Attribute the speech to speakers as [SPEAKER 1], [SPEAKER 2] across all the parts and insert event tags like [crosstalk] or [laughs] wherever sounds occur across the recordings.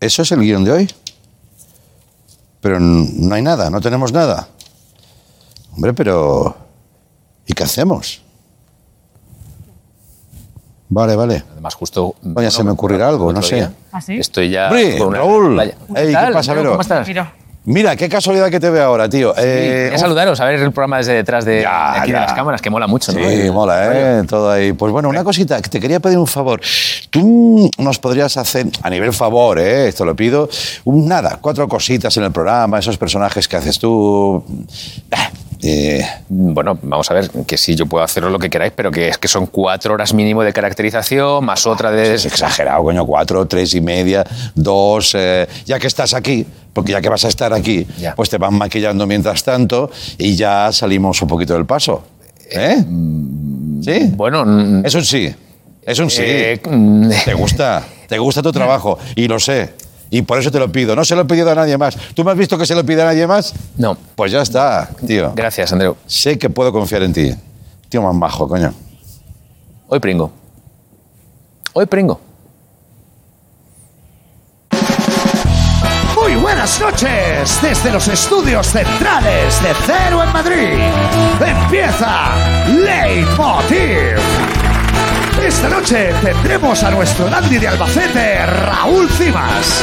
[SPEAKER 1] Eso es el guión de hoy. Pero n- no hay nada, no tenemos nada. Hombre, pero... ¿Y qué hacemos? Vale, vale.
[SPEAKER 2] Además, justo.
[SPEAKER 1] Vaya, se me ocurrirá algo, no
[SPEAKER 2] otro
[SPEAKER 1] sé.
[SPEAKER 2] día
[SPEAKER 3] ¿Ah, sí?
[SPEAKER 2] Estoy ya.
[SPEAKER 1] Hombre,
[SPEAKER 2] con una-
[SPEAKER 1] Raúl.
[SPEAKER 2] Vaya.
[SPEAKER 1] Ey, ¿qué
[SPEAKER 2] tal,
[SPEAKER 1] pasa,
[SPEAKER 2] Vero?
[SPEAKER 1] Vero?
[SPEAKER 2] ¿Cómo estás?
[SPEAKER 3] Miro.
[SPEAKER 1] Mira, qué casualidad que te veo ahora, tío. Eh,
[SPEAKER 2] Quería saludaros, a ver el programa desde detrás de,
[SPEAKER 1] Ya,
[SPEAKER 2] de aquí
[SPEAKER 1] ya.
[SPEAKER 2] de las cámaras, que mola mucho, ¿no?
[SPEAKER 1] Sí, mola, ¿eh? Todo ahí. Pues bueno, una cosita, que te quería pedir un favor. Tú nos podrías hacer, a nivel favor, ¿eh? Esto lo pido, un nada, cuatro cositas en el programa, esos personajes que haces tú. Ah, eh,
[SPEAKER 2] Bueno, vamos a ver, que sí, yo puedo haceros lo que queráis, pero que es que son cuatro horas mínimo de caracterización, más otra de.
[SPEAKER 1] es exagerado, coño, cuatro, tres y media, dos. eh, ya que estás aquí, porque ya que vas a estar aquí,
[SPEAKER 2] Ya.
[SPEAKER 1] pues te van maquillando mientras tanto y ya salimos un poquito del paso. ¿Eh? ¿Sí?
[SPEAKER 2] Bueno, mm,
[SPEAKER 1] Es un sí. Es un sí.
[SPEAKER 2] eh, mm,
[SPEAKER 1] Te gusta, te gusta tu
[SPEAKER 2] [laughs]
[SPEAKER 1] trabajo y lo sé. Y por eso te lo pido. No se lo he pedido a nadie más. ¿Tú me has visto que se lo pide a nadie más?
[SPEAKER 2] No.
[SPEAKER 1] Pues ya está, tío.
[SPEAKER 2] gracias, Andreu.
[SPEAKER 1] Sé que puedo confiar en ti. Tío más majo, coño.
[SPEAKER 2] Hoy pringo. Hoy pringo.
[SPEAKER 4] Muy buenas noches desde los estudios centrales de Cero en Madrid. Empieza Leitmotiv. Esta noche tendremos a nuestro dandy de Albacete, Raúl Cimas.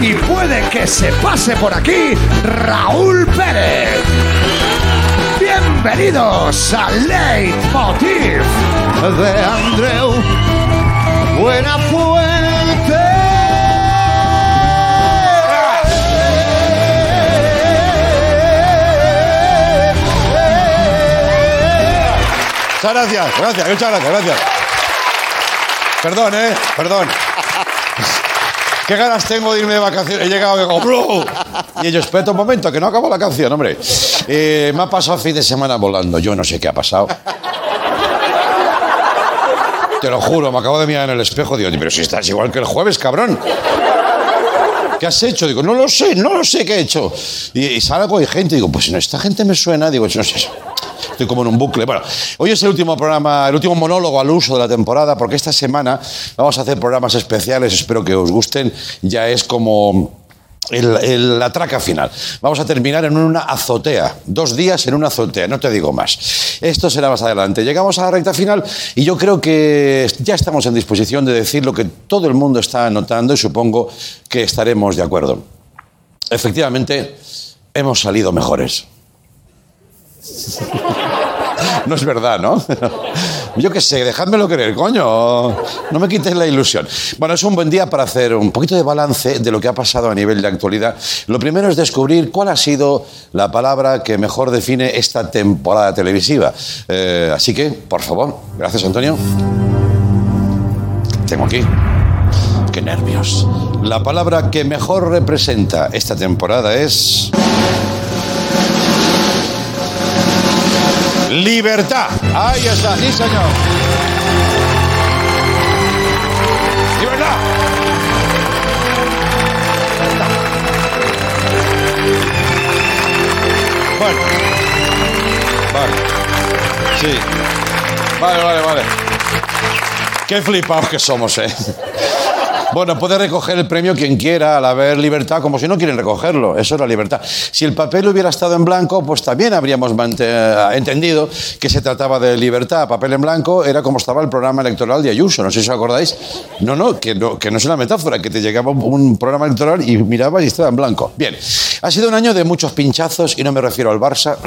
[SPEAKER 4] Y puede que se pase por aquí Raúl Pérez. Bienvenidos a Leitmotiv. De Andreu, buena fuente.
[SPEAKER 1] Muchas gracias, gracias, muchas gracias, gracias. Perdón, ¿eh? Perdón. ¿Qué ganas tengo de irme de vacaciones? He llegado y digo, "Bro". Y yo, espera un momento, que no acabo la canción, hombre. Eh, me ha pasado el fin de semana volando. Yo no sé qué ha pasado. Te lo juro, me acabo de mirar en el espejo. Digo, pero si estás igual que el jueves, cabrón. ¿Qué has hecho? Digo, no lo sé, no lo sé qué he hecho. Y, y salgo y gente, digo, pues no, esta gente me suena. Digo, no sé, estoy como en un bucle. Bueno, hoy es el último programa, el último monólogo al uso de la temporada, porque esta semana vamos a hacer programas especiales, espero que os gusten. Ya es como el, el- la traca final. Vamos a terminar en una azotea. Dos días en una azotea, no te digo más. Esto será más adelante. Llegamos a la recta final y yo creo que ya estamos en disposición de decir lo que todo el mundo está notando y supongo que estaremos de acuerdo. Efectivamente, hemos salido mejores. No es verdad, ¿no? [laughs] Yo qué sé, dejádmelo creer, coño. No me quites la ilusión. Bueno, es un buen día para hacer un poquito de balance de lo que ha pasado a nivel de actualidad. Lo primero es descubrir cuál ha sido la palabra que mejor define esta temporada televisiva. Eh, así que, por favor, gracias, Antonio. Tengo aquí. Qué nervios. La palabra que mejor representa esta temporada es. Libertad. Ahí está, sí, señor. Libertad. Bueno. Vale. Sí. Vale, vale, vale. Qué flipados que somos, eh. Bueno, puede recoger el premio quien quiera al haber libertad, como si no quieren recogerlo. Eso era libertad. Si el papel hubiera estado en blanco, pues también habríamos mante- eh, entendido que se trataba de libertad. Papel en blanco era como estaba el programa electoral de Ayuso, no sé si os acordáis. No, no, que no, que no es una metáfora, que te llegaba un- un programa electoral y mirabas y estaba en blanco. Bien, ha sido un año de muchos pinchazos y no me refiero al Barça. [clears throat]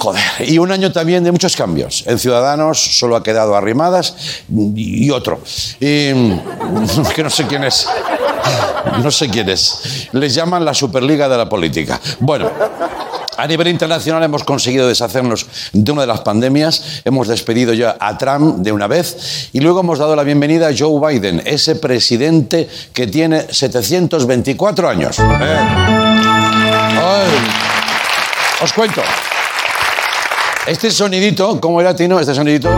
[SPEAKER 1] Joder, y un año también de muchos cambios. En Ciudadanos solo ha quedado Arrimadas y otro. Y- [laughs] que no sé quién es. No sé quién es. Les llaman la Superliga de la Política. Bueno, a nivel internacional hemos conseguido deshacernos de una de las pandemias. Hemos despedido ya a Trump de una vez. Y luego hemos dado la bienvenida a Joe Biden, ese presidente que tiene 724 años. Eh. Ay. Os cuento. Este sonidito, ¿cómo era, Tino? Este sonidito.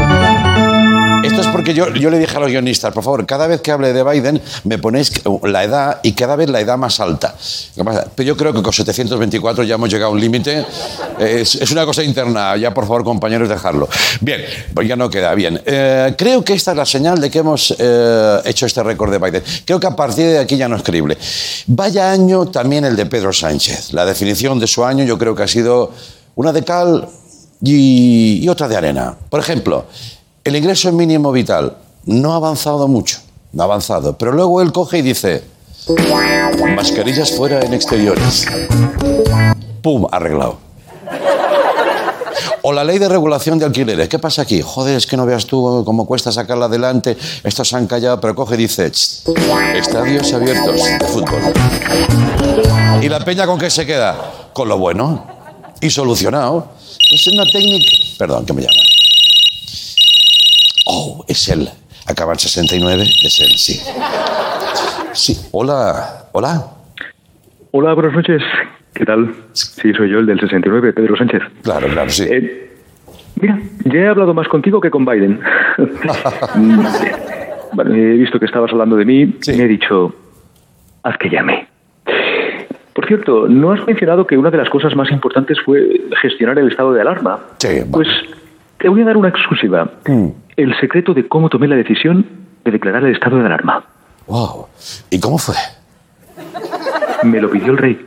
[SPEAKER 1] Esto es porque yo, yo le dije a los guionistas, por favor, cada vez que hable de Biden me ponéis uh, la edad y cada vez la edad más alta. ¿Qué pasa? Pero yo creo que con 724 ya hemos llegado a un límite. Es, es una cosa interna, ya por favor, compañeros, dejarlo. Bien, pues ya no queda bien. Eh, creo que esta es la señal de que hemos eh, hecho este récord de Biden. Creo que a partir de aquí ya no es creíble. Vaya año también el de Pedro Sánchez. La definición de su año yo creo que ha sido una de cal y, y otra de arena. Por ejemplo, el ingreso mínimo vital no ha avanzado mucho, no ha avanzado, pero luego él coge y dice, mascarillas fuera en exteriores. ¡Pum! Arreglado. O la ley de regulación de alquileres. ¿Qué pasa aquí? Joder, es que no veas tú cómo cuesta sacarla adelante. Estos se han callado, pero coge y dice, "Ch, estadios abiertos de fútbol. ¿Y la peña con qué se queda? Con lo bueno. Y solucionado. Es una técnica... Perdón, que me llaman. Oh, es él. Acaba el 69, es él, sí. Sí, hola, hola.
[SPEAKER 3] Hola, buenas noches. ¿Qué tal? Sí, soy yo, el del 69, Pedro Sánchez.
[SPEAKER 1] Claro, claro, sí.
[SPEAKER 3] Eh, mira, ya he hablado más contigo que con Biden. Mm, [laughs] vale, he visto que estabas hablando de mí
[SPEAKER 1] Sí.
[SPEAKER 3] y me he dicho, haz que llame. Por cierto, no has mencionado que una de las cosas más importantes fue gestionar el estado de alarma.
[SPEAKER 1] Sí, Mm. bueno.
[SPEAKER 3] Pues te voy a dar una exclusiva. El secreto de cómo tomé la decisión de declarar el estado de alarma.
[SPEAKER 1] Wow. ¿Y cómo fue?
[SPEAKER 3] Me lo pidió el rey.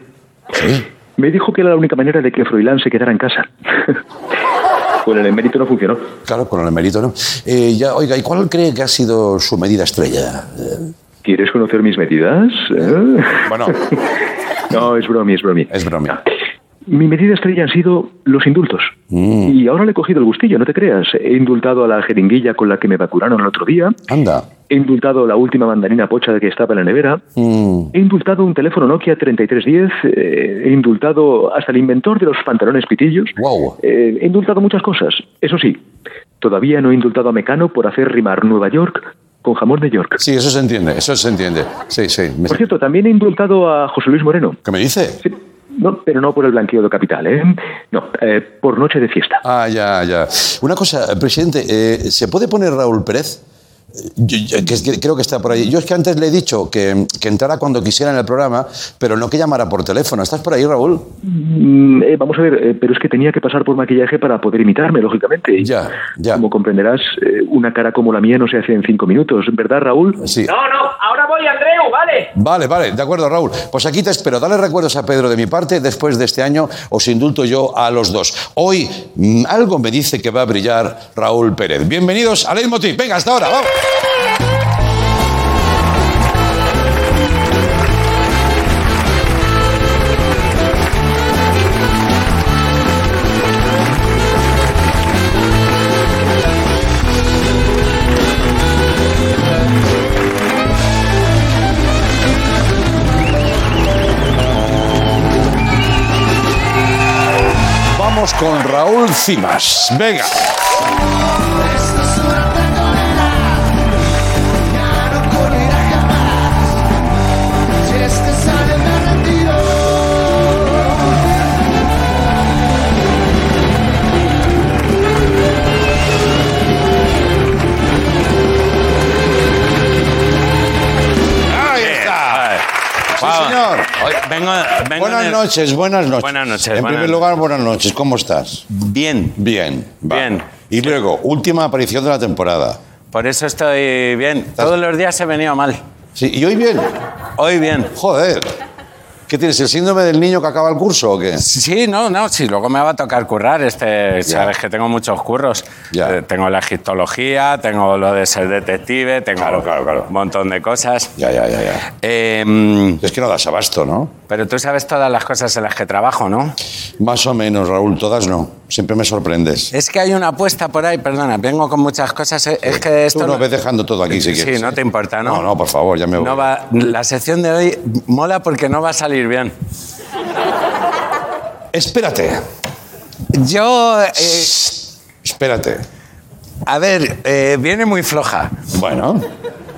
[SPEAKER 1] Sí.
[SPEAKER 3] Me dijo que era la única manera de que Froilán se quedara en casa. bueno, el emérito no funcionó.
[SPEAKER 1] Claro, con el mérito, ¿no? Eh, ya, oiga, ¿y cuál cree que ha sido su medida estrella? Eh,
[SPEAKER 3] ¿Quieres conocer mis medidas? ¿Eh?
[SPEAKER 1] bueno,
[SPEAKER 3] [laughs] No, es bromi, es bromi. Ah.
[SPEAKER 1] es broma.
[SPEAKER 3] Mi medida estrella han sido los indultos. Y ahora le he cogido el gustillo, no te creas. He indultado a la jeringuilla con la que me vacunaron el otro día.
[SPEAKER 1] Anda.
[SPEAKER 3] He indultado la última mandarina pocha de que estaba en la nevera. [laughs] He indultado un teléfono Nokia 3310. eh, he indultado hasta el inventor de los pantalones pitillos.
[SPEAKER 1] Guau.
[SPEAKER 3] Eh, he indultado muchas cosas. Eso sí, todavía no he indultado a Mecano por hacer rimar Nueva York con jamón de York.
[SPEAKER 1] Sí, eso se entiende, eso se entiende. Sí, sí. me-
[SPEAKER 3] Por cierto, también he indultado a José Luis Moreno.
[SPEAKER 1] ¿Qué me dice?
[SPEAKER 3] Sí, no, pero no por el blanqueo de capital, ¿eh? No, eh, por noche de fiesta.
[SPEAKER 1] Ah, ya, ya. Una cosa, presidente, eh, ¿se puede poner Raúl Pérez? Eh, yo- yo- que es que creo que está por ahí. Yo es que antes le he dicho que, que entrara cuando quisiera en el programa, pero no que llamara por teléfono. ¿Estás por ahí, Raúl?
[SPEAKER 3] Mm, eh, vamos a ver, eh, pero es que tenía que pasar por maquillaje para poder imitarme, lógicamente. Y
[SPEAKER 1] Ya, ya.
[SPEAKER 3] Como comprenderás, eh, una cara como la mía no se hace en cinco minutos, ¿verdad, Raúl?
[SPEAKER 1] Sí.
[SPEAKER 5] No, no, ahora voy, Andreu, vale.
[SPEAKER 1] Vale, vale, de acuerdo, Raúl. Pues aquí te espero. Dale recuerdos a Pedro de mi parte. Después de este año os indulto yo a los dos. Hoy mm, algo me dice que va a brillar Raúl Pérez. Bienvenidos a Leitmotiv. Venga, hasta ahora, vamos. Vamos con Raúl Cimas. Venga. Ahí está. Sí,
[SPEAKER 6] Wow.
[SPEAKER 1] señor.
[SPEAKER 6] Hoy vengo, vengo en
[SPEAKER 1] Buenas
[SPEAKER 6] el-
[SPEAKER 1] noches, buenas noches.
[SPEAKER 6] Buenas noches,
[SPEAKER 1] En
[SPEAKER 6] buenas
[SPEAKER 1] primer
[SPEAKER 6] noches.
[SPEAKER 1] lugar, buenas noches. ¿Cómo estás?
[SPEAKER 6] Bien,
[SPEAKER 1] Bien. va.
[SPEAKER 6] Bien.
[SPEAKER 1] Y luego, última aparición de la temporada.
[SPEAKER 6] por eso estoy bien. Todos los días he venido mal.
[SPEAKER 1] Sí, y hoy bien.
[SPEAKER 6] Hoy bien.
[SPEAKER 1] Joder. ¿Qué tienes? ¿El síndrome del niño que acaba el curso o qué?
[SPEAKER 6] Sí, no, no, sí, luego me va a tocar currar. Este, Sabes que tengo muchos curros.
[SPEAKER 1] Ya.
[SPEAKER 6] Eh, tengo la egiptología, tengo lo de ser detective, tengo un montón de cosas.
[SPEAKER 1] Ya, ya, ya, ya.
[SPEAKER 6] Eh, mm,
[SPEAKER 1] Es que no das abasto, ¿no?
[SPEAKER 6] pero tú sabes todas las cosas en las que trabajo, ¿no?
[SPEAKER 1] Más o menos, Raúl, todas no. Siempre me sorprendes.
[SPEAKER 6] Es que hay una apuesta por ahí, perdona, vengo con muchas cosas. eh, Es que esto
[SPEAKER 1] Tú
[SPEAKER 6] no-
[SPEAKER 1] nos ves dejando todo aquí, si
[SPEAKER 6] Sí,
[SPEAKER 1] quieres.
[SPEAKER 6] no te importa, ¿no?
[SPEAKER 1] No, no, por favor, ya me voy.
[SPEAKER 6] No va- la sección de hoy mola porque no va a salir bien.
[SPEAKER 1] Espérate,
[SPEAKER 6] Yo, eh,
[SPEAKER 1] espérate.
[SPEAKER 6] a ver, eh, viene muy floja.
[SPEAKER 1] Bueno,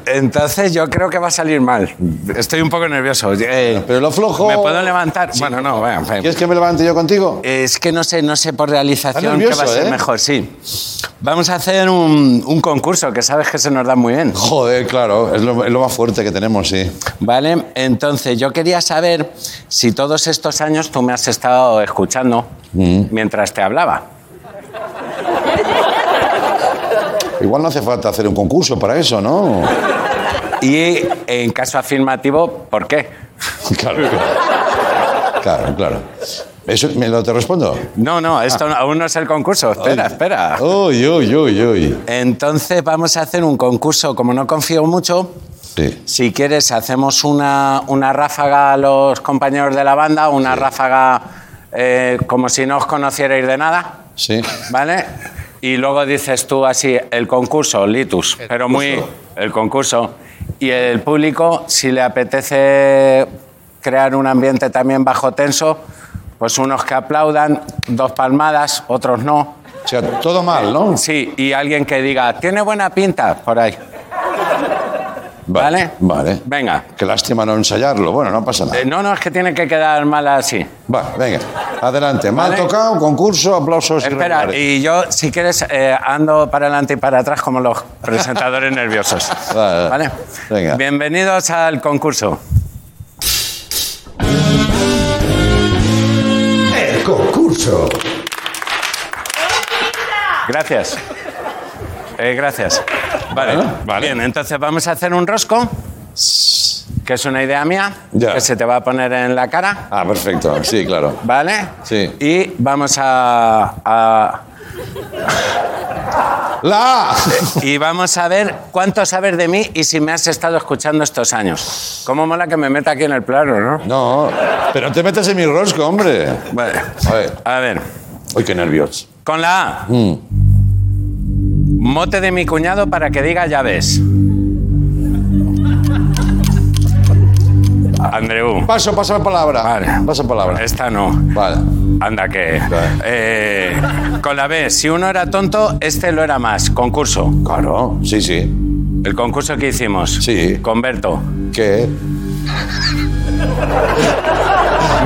[SPEAKER 6] Entonces yo creo que va a salir mal. Estoy un poco nervioso. Eh,
[SPEAKER 1] Pero lo flojo.
[SPEAKER 6] ¿Me puedo levantar? Bueno, no, vean.
[SPEAKER 1] ¿Quieres que me levante yo contigo?
[SPEAKER 6] Es que no sé, no sé por realización
[SPEAKER 1] Está nervioso,
[SPEAKER 6] qué va a ser
[SPEAKER 1] ¿eh?
[SPEAKER 6] mejor, sí. Vamos a hacer un, un concurso que sabes que se nos da muy bien.
[SPEAKER 1] Joder, claro, es lo, es lo más fuerte que tenemos, sí.
[SPEAKER 6] Vale, entonces yo quería saber si todos estos años tú me has estado escuchando
[SPEAKER 1] Mm.
[SPEAKER 6] mientras te hablaba.
[SPEAKER 1] Igual no hace falta hacer un concurso para eso, ¿no?
[SPEAKER 6] Y en caso afirmativo, ¿por qué?
[SPEAKER 1] [laughs] Claro, claro. Claro, claro. Eso, ¿Me lo te respondo?
[SPEAKER 6] No, no, esto aún no es el concurso. Espera, espera.
[SPEAKER 1] Ah. Uy, uy, uy, uy.
[SPEAKER 6] Entonces vamos a hacer un concurso. Como no confío mucho,
[SPEAKER 1] Sí.
[SPEAKER 6] si quieres hacemos una, una ráfaga a los compañeros de la banda, una ráfaga eh, como si no os conocierais de nada.
[SPEAKER 1] Sí.
[SPEAKER 6] ¿Vale? Y luego dices tú así, el concurso, Litus, pero muy... El concurso. Y el público, si le apetece crear un ambiente también bajo tenso, pues unos que aplaudan, dos palmadas, otros no.
[SPEAKER 1] O sea, todo mal, ¿no?
[SPEAKER 6] Sí, y alguien que diga, tiene buena pinta, por ahí. ¿Vale?
[SPEAKER 1] Vale.
[SPEAKER 6] Venga.
[SPEAKER 1] Qué lástima no ensayarlo. Bueno, no pasa nada.
[SPEAKER 6] Eh, no, no, es que tiene que quedar mal así.
[SPEAKER 1] Va, venga. Adelante. Mal
[SPEAKER 6] Vale.
[SPEAKER 1] tocado, concurso, aplausos.
[SPEAKER 6] Espera,
[SPEAKER 1] irregulares.
[SPEAKER 6] y yo, si quieres, eh, ando para adelante y para atrás como los presentadores nerviosos.
[SPEAKER 1] [laughs] Vale,
[SPEAKER 6] ¿Vale?
[SPEAKER 1] venga.
[SPEAKER 6] Bienvenidos al concurso.
[SPEAKER 4] El concurso.
[SPEAKER 6] Gracias. Eh, gracias. Vale,
[SPEAKER 1] Ah,
[SPEAKER 6] Bien, entonces vamos a hacer un rosco, que es una idea mía,
[SPEAKER 1] Ya.
[SPEAKER 6] que se te va a poner en la cara,
[SPEAKER 1] Ah, perfecto. Sí, claro.
[SPEAKER 6] ¿vale?
[SPEAKER 1] Sí.
[SPEAKER 6] Y vamos a- a
[SPEAKER 1] ¡La! A.
[SPEAKER 6] Y vamos a ver cuánto sabes de mí y si me has estado escuchando estos años. ¿Cómo mola que me meta aquí en el plano, no?
[SPEAKER 1] No, pero te metes en mi rosco, hombre.
[SPEAKER 6] Vale.
[SPEAKER 1] A ver.
[SPEAKER 6] A ver,
[SPEAKER 1] Uy, qué nervios. Mm.
[SPEAKER 6] con la A. Mote de mi cuñado para que diga ya ves. Andreu.
[SPEAKER 1] Paso, pasa palabra.
[SPEAKER 6] Vale.
[SPEAKER 1] Pasa palabra.
[SPEAKER 6] Esta no.
[SPEAKER 1] Vale.
[SPEAKER 6] Anda que.
[SPEAKER 1] Vale.
[SPEAKER 6] Eh, con la B, si uno era tonto, este lo era más. Concurso.
[SPEAKER 1] Claro, sí, sí.
[SPEAKER 6] El concurso que hicimos.
[SPEAKER 1] Sí.
[SPEAKER 6] Con Berto.
[SPEAKER 1] ¿Qué?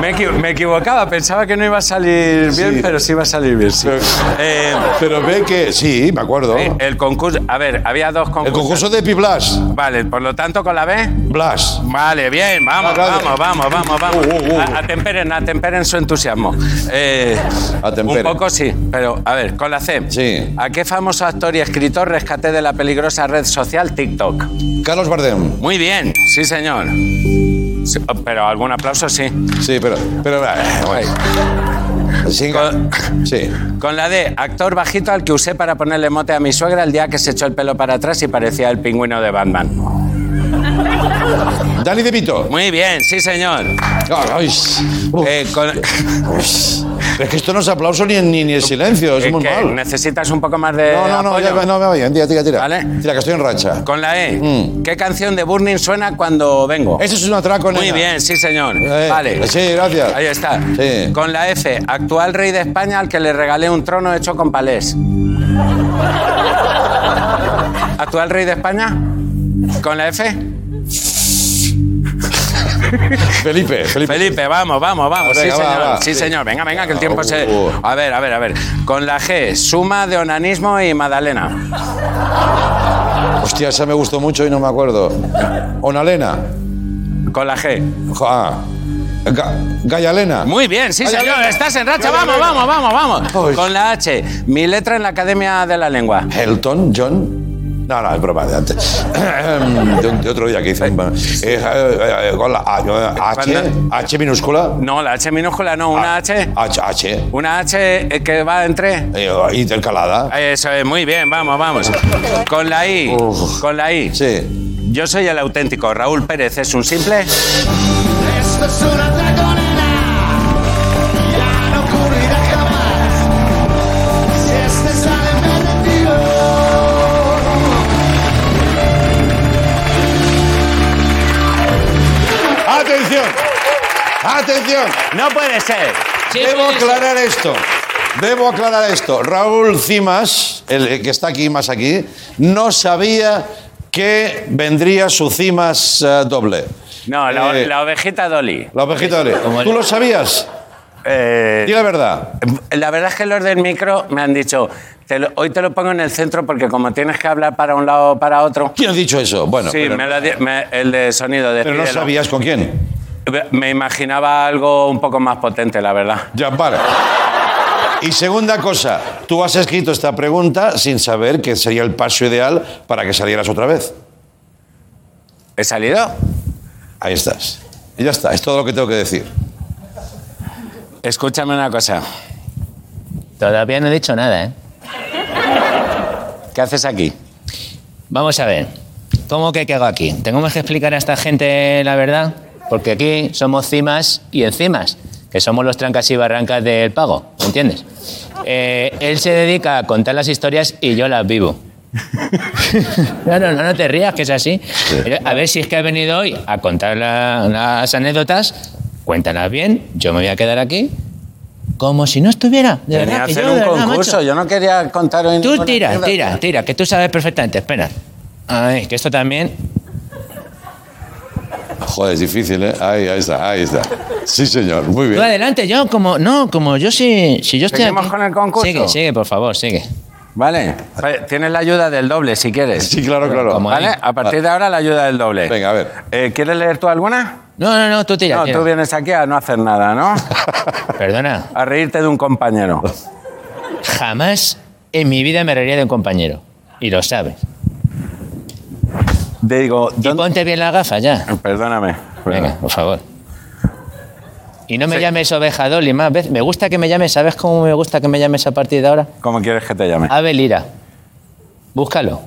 [SPEAKER 6] Me, equi- me equivocaba, pensaba que no iba a salir bien,
[SPEAKER 1] Sí.
[SPEAKER 6] pero sí iba a salir bien, sí.
[SPEAKER 1] Pero-
[SPEAKER 6] Eh,
[SPEAKER 1] Pero ve que. Sí, me acuerdo.
[SPEAKER 6] eh, el concurso. A ver, había dos concursos.
[SPEAKER 1] El concurso de Piblas.
[SPEAKER 6] Vale, por lo tanto, con la B.
[SPEAKER 1] Blas.
[SPEAKER 6] Vale, bien, vamos,
[SPEAKER 1] Ah, vale.
[SPEAKER 6] vamos, vamos, vamos, vamos.
[SPEAKER 1] Uh, uh, uh.
[SPEAKER 6] A- Atemperen, atemperen su entusiasmo. Eh,
[SPEAKER 1] Atemperen.
[SPEAKER 6] Un poco sí, pero a ver, con la C.
[SPEAKER 1] Sí.
[SPEAKER 6] ¿A qué famoso actor y escritor rescaté de la peligrosa red social TikTok?
[SPEAKER 1] Carlos Bardem.
[SPEAKER 6] Muy bien, sí, señor. Sí, pero algún aplauso sí.
[SPEAKER 1] Sí, pero. pero eh, bueno. Sí,
[SPEAKER 6] Con-
[SPEAKER 1] sí.
[SPEAKER 6] Con la D, actor bajito al que usé para ponerle mote a mi suegra el día que se echó el pelo para atrás y parecía el pingüino de Batman.
[SPEAKER 1] Dani De Vito.
[SPEAKER 6] Muy bien, sí señor.
[SPEAKER 1] Ay, uf.
[SPEAKER 6] Eh, con-
[SPEAKER 1] es que esto no es aplauso ni, ni, ni el silencio, es
[SPEAKER 6] eh,
[SPEAKER 1] muy
[SPEAKER 6] que
[SPEAKER 1] mal.
[SPEAKER 6] necesitas un poco más de
[SPEAKER 1] No, no, no,
[SPEAKER 6] apoyo.
[SPEAKER 1] ya, no me va bien. Tira, tira, tira.
[SPEAKER 6] Vale.
[SPEAKER 1] Tira, que estoy en racha.
[SPEAKER 6] Con la E,
[SPEAKER 1] Mm.
[SPEAKER 6] ¿qué canción de Burning suena cuando vengo?
[SPEAKER 1] Eso es un atraco,
[SPEAKER 6] Muy
[SPEAKER 1] nena.
[SPEAKER 6] bien, sí señor.
[SPEAKER 1] Eh,
[SPEAKER 6] vale.
[SPEAKER 1] Sí, gracias.
[SPEAKER 6] Ahí está.
[SPEAKER 1] Sí.
[SPEAKER 6] Con la F, actual rey de España al que le regalé un trono hecho con palés. ¿Actual rey de España? ¿Con la F?
[SPEAKER 1] [laughs] Felipe, Felipe.
[SPEAKER 6] Felipe, vamos, vamos, vamos.
[SPEAKER 1] Venga,
[SPEAKER 6] sí,
[SPEAKER 1] va,
[SPEAKER 6] señor.
[SPEAKER 1] va.
[SPEAKER 6] Sí,
[SPEAKER 1] Sí.
[SPEAKER 6] señor. Venga, venga, que el tiempo se.
[SPEAKER 1] Uh.
[SPEAKER 6] A ver, a ver, a ver. Con la G, suma de onanismo y Madalena.
[SPEAKER 1] Hostia, esa me gustó mucho y no me acuerdo. Onalena.
[SPEAKER 6] Con la G.
[SPEAKER 1] Jo- Ah. Ga- Gallalena.
[SPEAKER 6] Muy bien, sí,
[SPEAKER 1] Ay,
[SPEAKER 6] señor.
[SPEAKER 1] ay, ay.
[SPEAKER 6] Estás en racha.
[SPEAKER 1] Ay,
[SPEAKER 6] Vamos,
[SPEAKER 1] ay, ay.
[SPEAKER 6] vamos, vamos, vamos.
[SPEAKER 1] Ay.
[SPEAKER 6] Con la H, mi letra en la Academia de la Lengua.
[SPEAKER 1] Helton, John. No, no, es broma de antes. [coughs] de, un- de otro día que hice. un- Eh, eh, eh, con la A- H,
[SPEAKER 6] Cuando-
[SPEAKER 1] H minúscula. Ah,
[SPEAKER 6] No, la H minúscula, no, una H.
[SPEAKER 1] H, H.
[SPEAKER 6] Una H eh, que va entre.
[SPEAKER 1] eh, intercalada.
[SPEAKER 6] Eso es, muy bien, vamos, vamos. Con la I,
[SPEAKER 1] Uf.
[SPEAKER 6] con la I.
[SPEAKER 1] Sí.
[SPEAKER 6] Yo soy el auténtico. Raúl Pérez es un simple.
[SPEAKER 4] Esto es un atraco, nena. Ya no ocurrirá jamás. Si este sale, me retiro.
[SPEAKER 1] ¡Atención! ¡Atención!
[SPEAKER 6] No puede ser.
[SPEAKER 1] Debo aclarar esto. Debo aclarar esto. Raúl Cimas, el que está aquí más aquí, no sabía ¿Qué vendría su cimas eh, doble?
[SPEAKER 6] No, la,
[SPEAKER 1] Eh,
[SPEAKER 6] la ovejita Dolly.
[SPEAKER 1] La ovejita de Oreo. ¿Tú lo sabías?
[SPEAKER 6] Eh,
[SPEAKER 1] Di la verdad.
[SPEAKER 6] La verdad es que los del micro me han dicho, "Te lo- hoy te lo pongo en el centro porque como tienes que hablar para un lado o para otro...
[SPEAKER 1] ¿Quién ha dicho eso? Bueno,
[SPEAKER 6] sí,
[SPEAKER 1] pero,
[SPEAKER 6] me lo di- me- el de sonido de...
[SPEAKER 1] pero no sabías con quién.
[SPEAKER 6] Me imaginaba algo un poco más potente, la verdad.
[SPEAKER 1] Ya, vale. Y segunda cosa, tú has escrito esta pregunta sin saber que sería el paso ideal para que salieras otra vez.
[SPEAKER 6] ¿He salido?
[SPEAKER 1] Ahí estás. Y ya está, es todo lo que tengo que decir.
[SPEAKER 6] Escúchame una cosa.
[SPEAKER 7] Todavía no he dicho nada, ¿eh?
[SPEAKER 6] ¿Qué haces aquí?
[SPEAKER 7] Vamos a ver. ¿Cómo que qué hago aquí? ¿Tenemos que explicar a esta gente la verdad? Porque aquí somos cimas y encimas, que somos los trancas y barrancas del pago, ¿entiendes? Eh, él se dedica a contar las historias y yo las vivo. [laughs] No, no, no, no te rías, que es así. Pero, A ver si es que has venido hoy a contar la- las anécdotas, cuéntalas bien, yo me voy a quedar aquí, como si no estuviera. De
[SPEAKER 6] Venía a
[SPEAKER 7] verdad, que
[SPEAKER 6] hacer
[SPEAKER 7] yo,
[SPEAKER 6] un
[SPEAKER 7] de verdad,
[SPEAKER 6] concurso,
[SPEAKER 7] macho.
[SPEAKER 6] yo no quería contar hoy
[SPEAKER 7] Tú
[SPEAKER 6] ninguna
[SPEAKER 7] tira,
[SPEAKER 6] mierda.
[SPEAKER 7] tira, tira, que tú sabes perfectamente. Espera. Ay, que esto también.
[SPEAKER 1] Joder, es difícil, ¿eh? Ahí, ahí está, ahí está. Sí, señor, muy
[SPEAKER 7] Tú
[SPEAKER 1] bien.
[SPEAKER 7] adelante, yo como. No, como yo sí. Si yo estoy.
[SPEAKER 6] ¿Seguimos
[SPEAKER 7] aquí-
[SPEAKER 6] con el concurso?
[SPEAKER 7] Sigue, sigue, por favor, sigue.
[SPEAKER 6] Vale, Vale, tienes la ayuda del doble si quieres.
[SPEAKER 1] Sí, claro, claro.
[SPEAKER 7] Como
[SPEAKER 6] ¿Vale?
[SPEAKER 7] ahí.
[SPEAKER 6] A partir de ahora la ayuda del doble.
[SPEAKER 1] Venga, a ver.
[SPEAKER 6] Eh, ¿Quieres leer tú alguna?
[SPEAKER 7] No, no, no, tú tira.
[SPEAKER 6] No,
[SPEAKER 7] tira.
[SPEAKER 6] tú vienes aquí a no hacer nada, ¿no?
[SPEAKER 7] [laughs] Perdona,
[SPEAKER 6] A reírte de un compañero.
[SPEAKER 7] jamás en mi vida me reiría de un compañero. Y lo sabes.
[SPEAKER 6] Te digo,
[SPEAKER 7] Y
[SPEAKER 6] ¿dónde-
[SPEAKER 7] ponte bien la gafa ya.
[SPEAKER 6] Perdóname.
[SPEAKER 7] Venga, por favor. Y no me
[SPEAKER 6] Sí.
[SPEAKER 7] llames oveja Dolly más veces. Me gusta que me llames. ¿Sabes cómo me gusta que me llames a partir de ahora?
[SPEAKER 6] ¿Cómo quieres que te llame?
[SPEAKER 7] Abel Ira. Búscalo.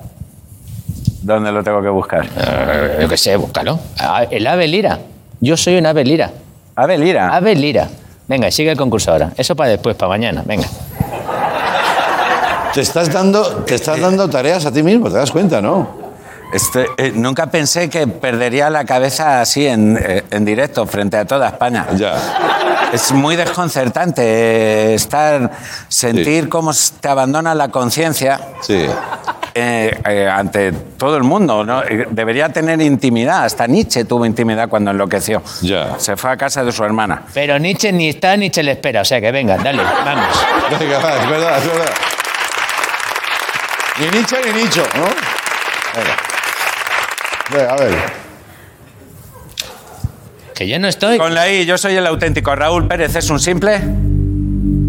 [SPEAKER 6] ¿Dónde lo tengo que buscar?
[SPEAKER 7] Eh, Yo qué sé, búscalo. Ah, El Abel Ira. Yo soy un Abel Ira.
[SPEAKER 6] Abel Ira.
[SPEAKER 7] Abel Lira. Venga, sigue el concurso ahora. Eso para después, para mañana. Venga.
[SPEAKER 1] Te estás dando, te estás dando tareas a ti mismo, te das cuenta, ¿no?
[SPEAKER 6] Este, eh, nunca pensé que perdería la cabeza así en, eh, en directo frente a toda España.
[SPEAKER 1] Ya.
[SPEAKER 6] Es muy desconcertante eh, estar, sentir cómo te abandona la conciencia
[SPEAKER 1] Sí.
[SPEAKER 6] eh, eh, ante todo el mundo. ¿no? Eh, Debería tener intimidad. Hasta Nietzsche tuvo intimidad cuando enloqueció.
[SPEAKER 1] Ya.
[SPEAKER 6] Se fue a casa de su hermana.
[SPEAKER 7] Pero Nietzsche ni está, Nietzsche le espera. O sea que venga, dale, vamos.
[SPEAKER 1] [laughs] Venga, va, es verdad, es verdad. Ni nicho ni nicho, ¿no? Venga. Venga, a ver.
[SPEAKER 7] Que yo no estoy.
[SPEAKER 6] Con la I, yo soy el auténtico. Raúl Pérez es un simple.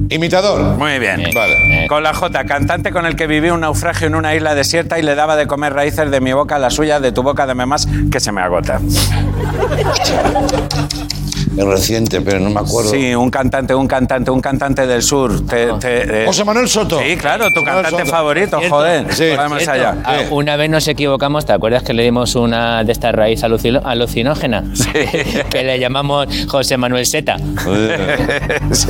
[SPEAKER 1] Imitador.
[SPEAKER 6] Muy bien.
[SPEAKER 7] Eh,
[SPEAKER 1] Vale.
[SPEAKER 7] eh,
[SPEAKER 6] Con la J, cantante con el que viví un naufragio en una isla desierta y le daba de comer raíces de mi boca a la suya, de tu boca, dame más, que se me agota.
[SPEAKER 1] Es reciente, pero no me acuerdo.
[SPEAKER 6] Sí, un cantante, un cantante, un cantante del sur. Te- te- eh,
[SPEAKER 1] José Manuel Soto.
[SPEAKER 6] Sí, claro, tu
[SPEAKER 1] José Manuel
[SPEAKER 6] cantante
[SPEAKER 1] Soto.
[SPEAKER 6] favorito,
[SPEAKER 7] Ah. Cierto.
[SPEAKER 6] joder.
[SPEAKER 1] Sí.
[SPEAKER 6] Vamos
[SPEAKER 7] cierto,
[SPEAKER 6] allá.
[SPEAKER 7] ah,
[SPEAKER 1] Eh.
[SPEAKER 7] una vez nos equivocamos, ¿te acuerdas que le dimos una de estas raíz alucino- alucinógena? [laughs] que le llamamos José Manuel Zeta.
[SPEAKER 6] [laughs] Sí,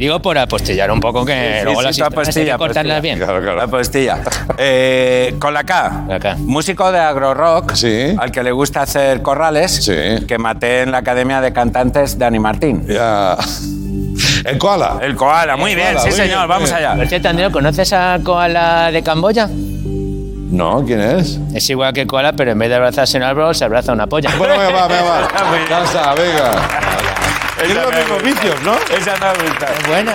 [SPEAKER 7] Digo por apostillar un poco que
[SPEAKER 6] sí,
[SPEAKER 7] Eh, luego
[SPEAKER 6] sí,
[SPEAKER 7] las
[SPEAKER 6] tú
[SPEAKER 7] historias hay
[SPEAKER 6] apostilla,
[SPEAKER 7] que cortarlas
[SPEAKER 6] apostilla.
[SPEAKER 7] bien.
[SPEAKER 1] Claro,
[SPEAKER 6] La
[SPEAKER 1] claro.
[SPEAKER 6] postilla. Eh, con la K.
[SPEAKER 7] La K.
[SPEAKER 6] Músico de agrorock,
[SPEAKER 1] Sí.
[SPEAKER 6] al que le gusta hacer corrales,
[SPEAKER 1] Sí.
[SPEAKER 6] que maté en la Academia de Cantantes Dani Martín.
[SPEAKER 1] Ya. El koala.
[SPEAKER 6] El koala, muy bien,
[SPEAKER 1] koala,
[SPEAKER 6] sí
[SPEAKER 1] muy
[SPEAKER 6] señor,
[SPEAKER 1] bien,
[SPEAKER 6] vamos
[SPEAKER 1] muy
[SPEAKER 6] allá.
[SPEAKER 7] Por cierto, Andreu, ¿conoces a Koala de Camboya?
[SPEAKER 1] No, ¿quién es?
[SPEAKER 7] Es igual que Koala, pero en vez de abrazarse un árbol, se abraza una polla.
[SPEAKER 1] Bueno,
[SPEAKER 7] [laughs]
[SPEAKER 1] venga, va, venga,
[SPEAKER 6] [laughs] Está muy
[SPEAKER 1] va.
[SPEAKER 6] bien.
[SPEAKER 1] Ya está, venga. Tiene
[SPEAKER 6] Esa
[SPEAKER 1] los
[SPEAKER 6] me
[SPEAKER 1] mismos
[SPEAKER 6] gusta.
[SPEAKER 1] vicios, ¿no?
[SPEAKER 6] Esa me gusta. [laughs]
[SPEAKER 7] Buena,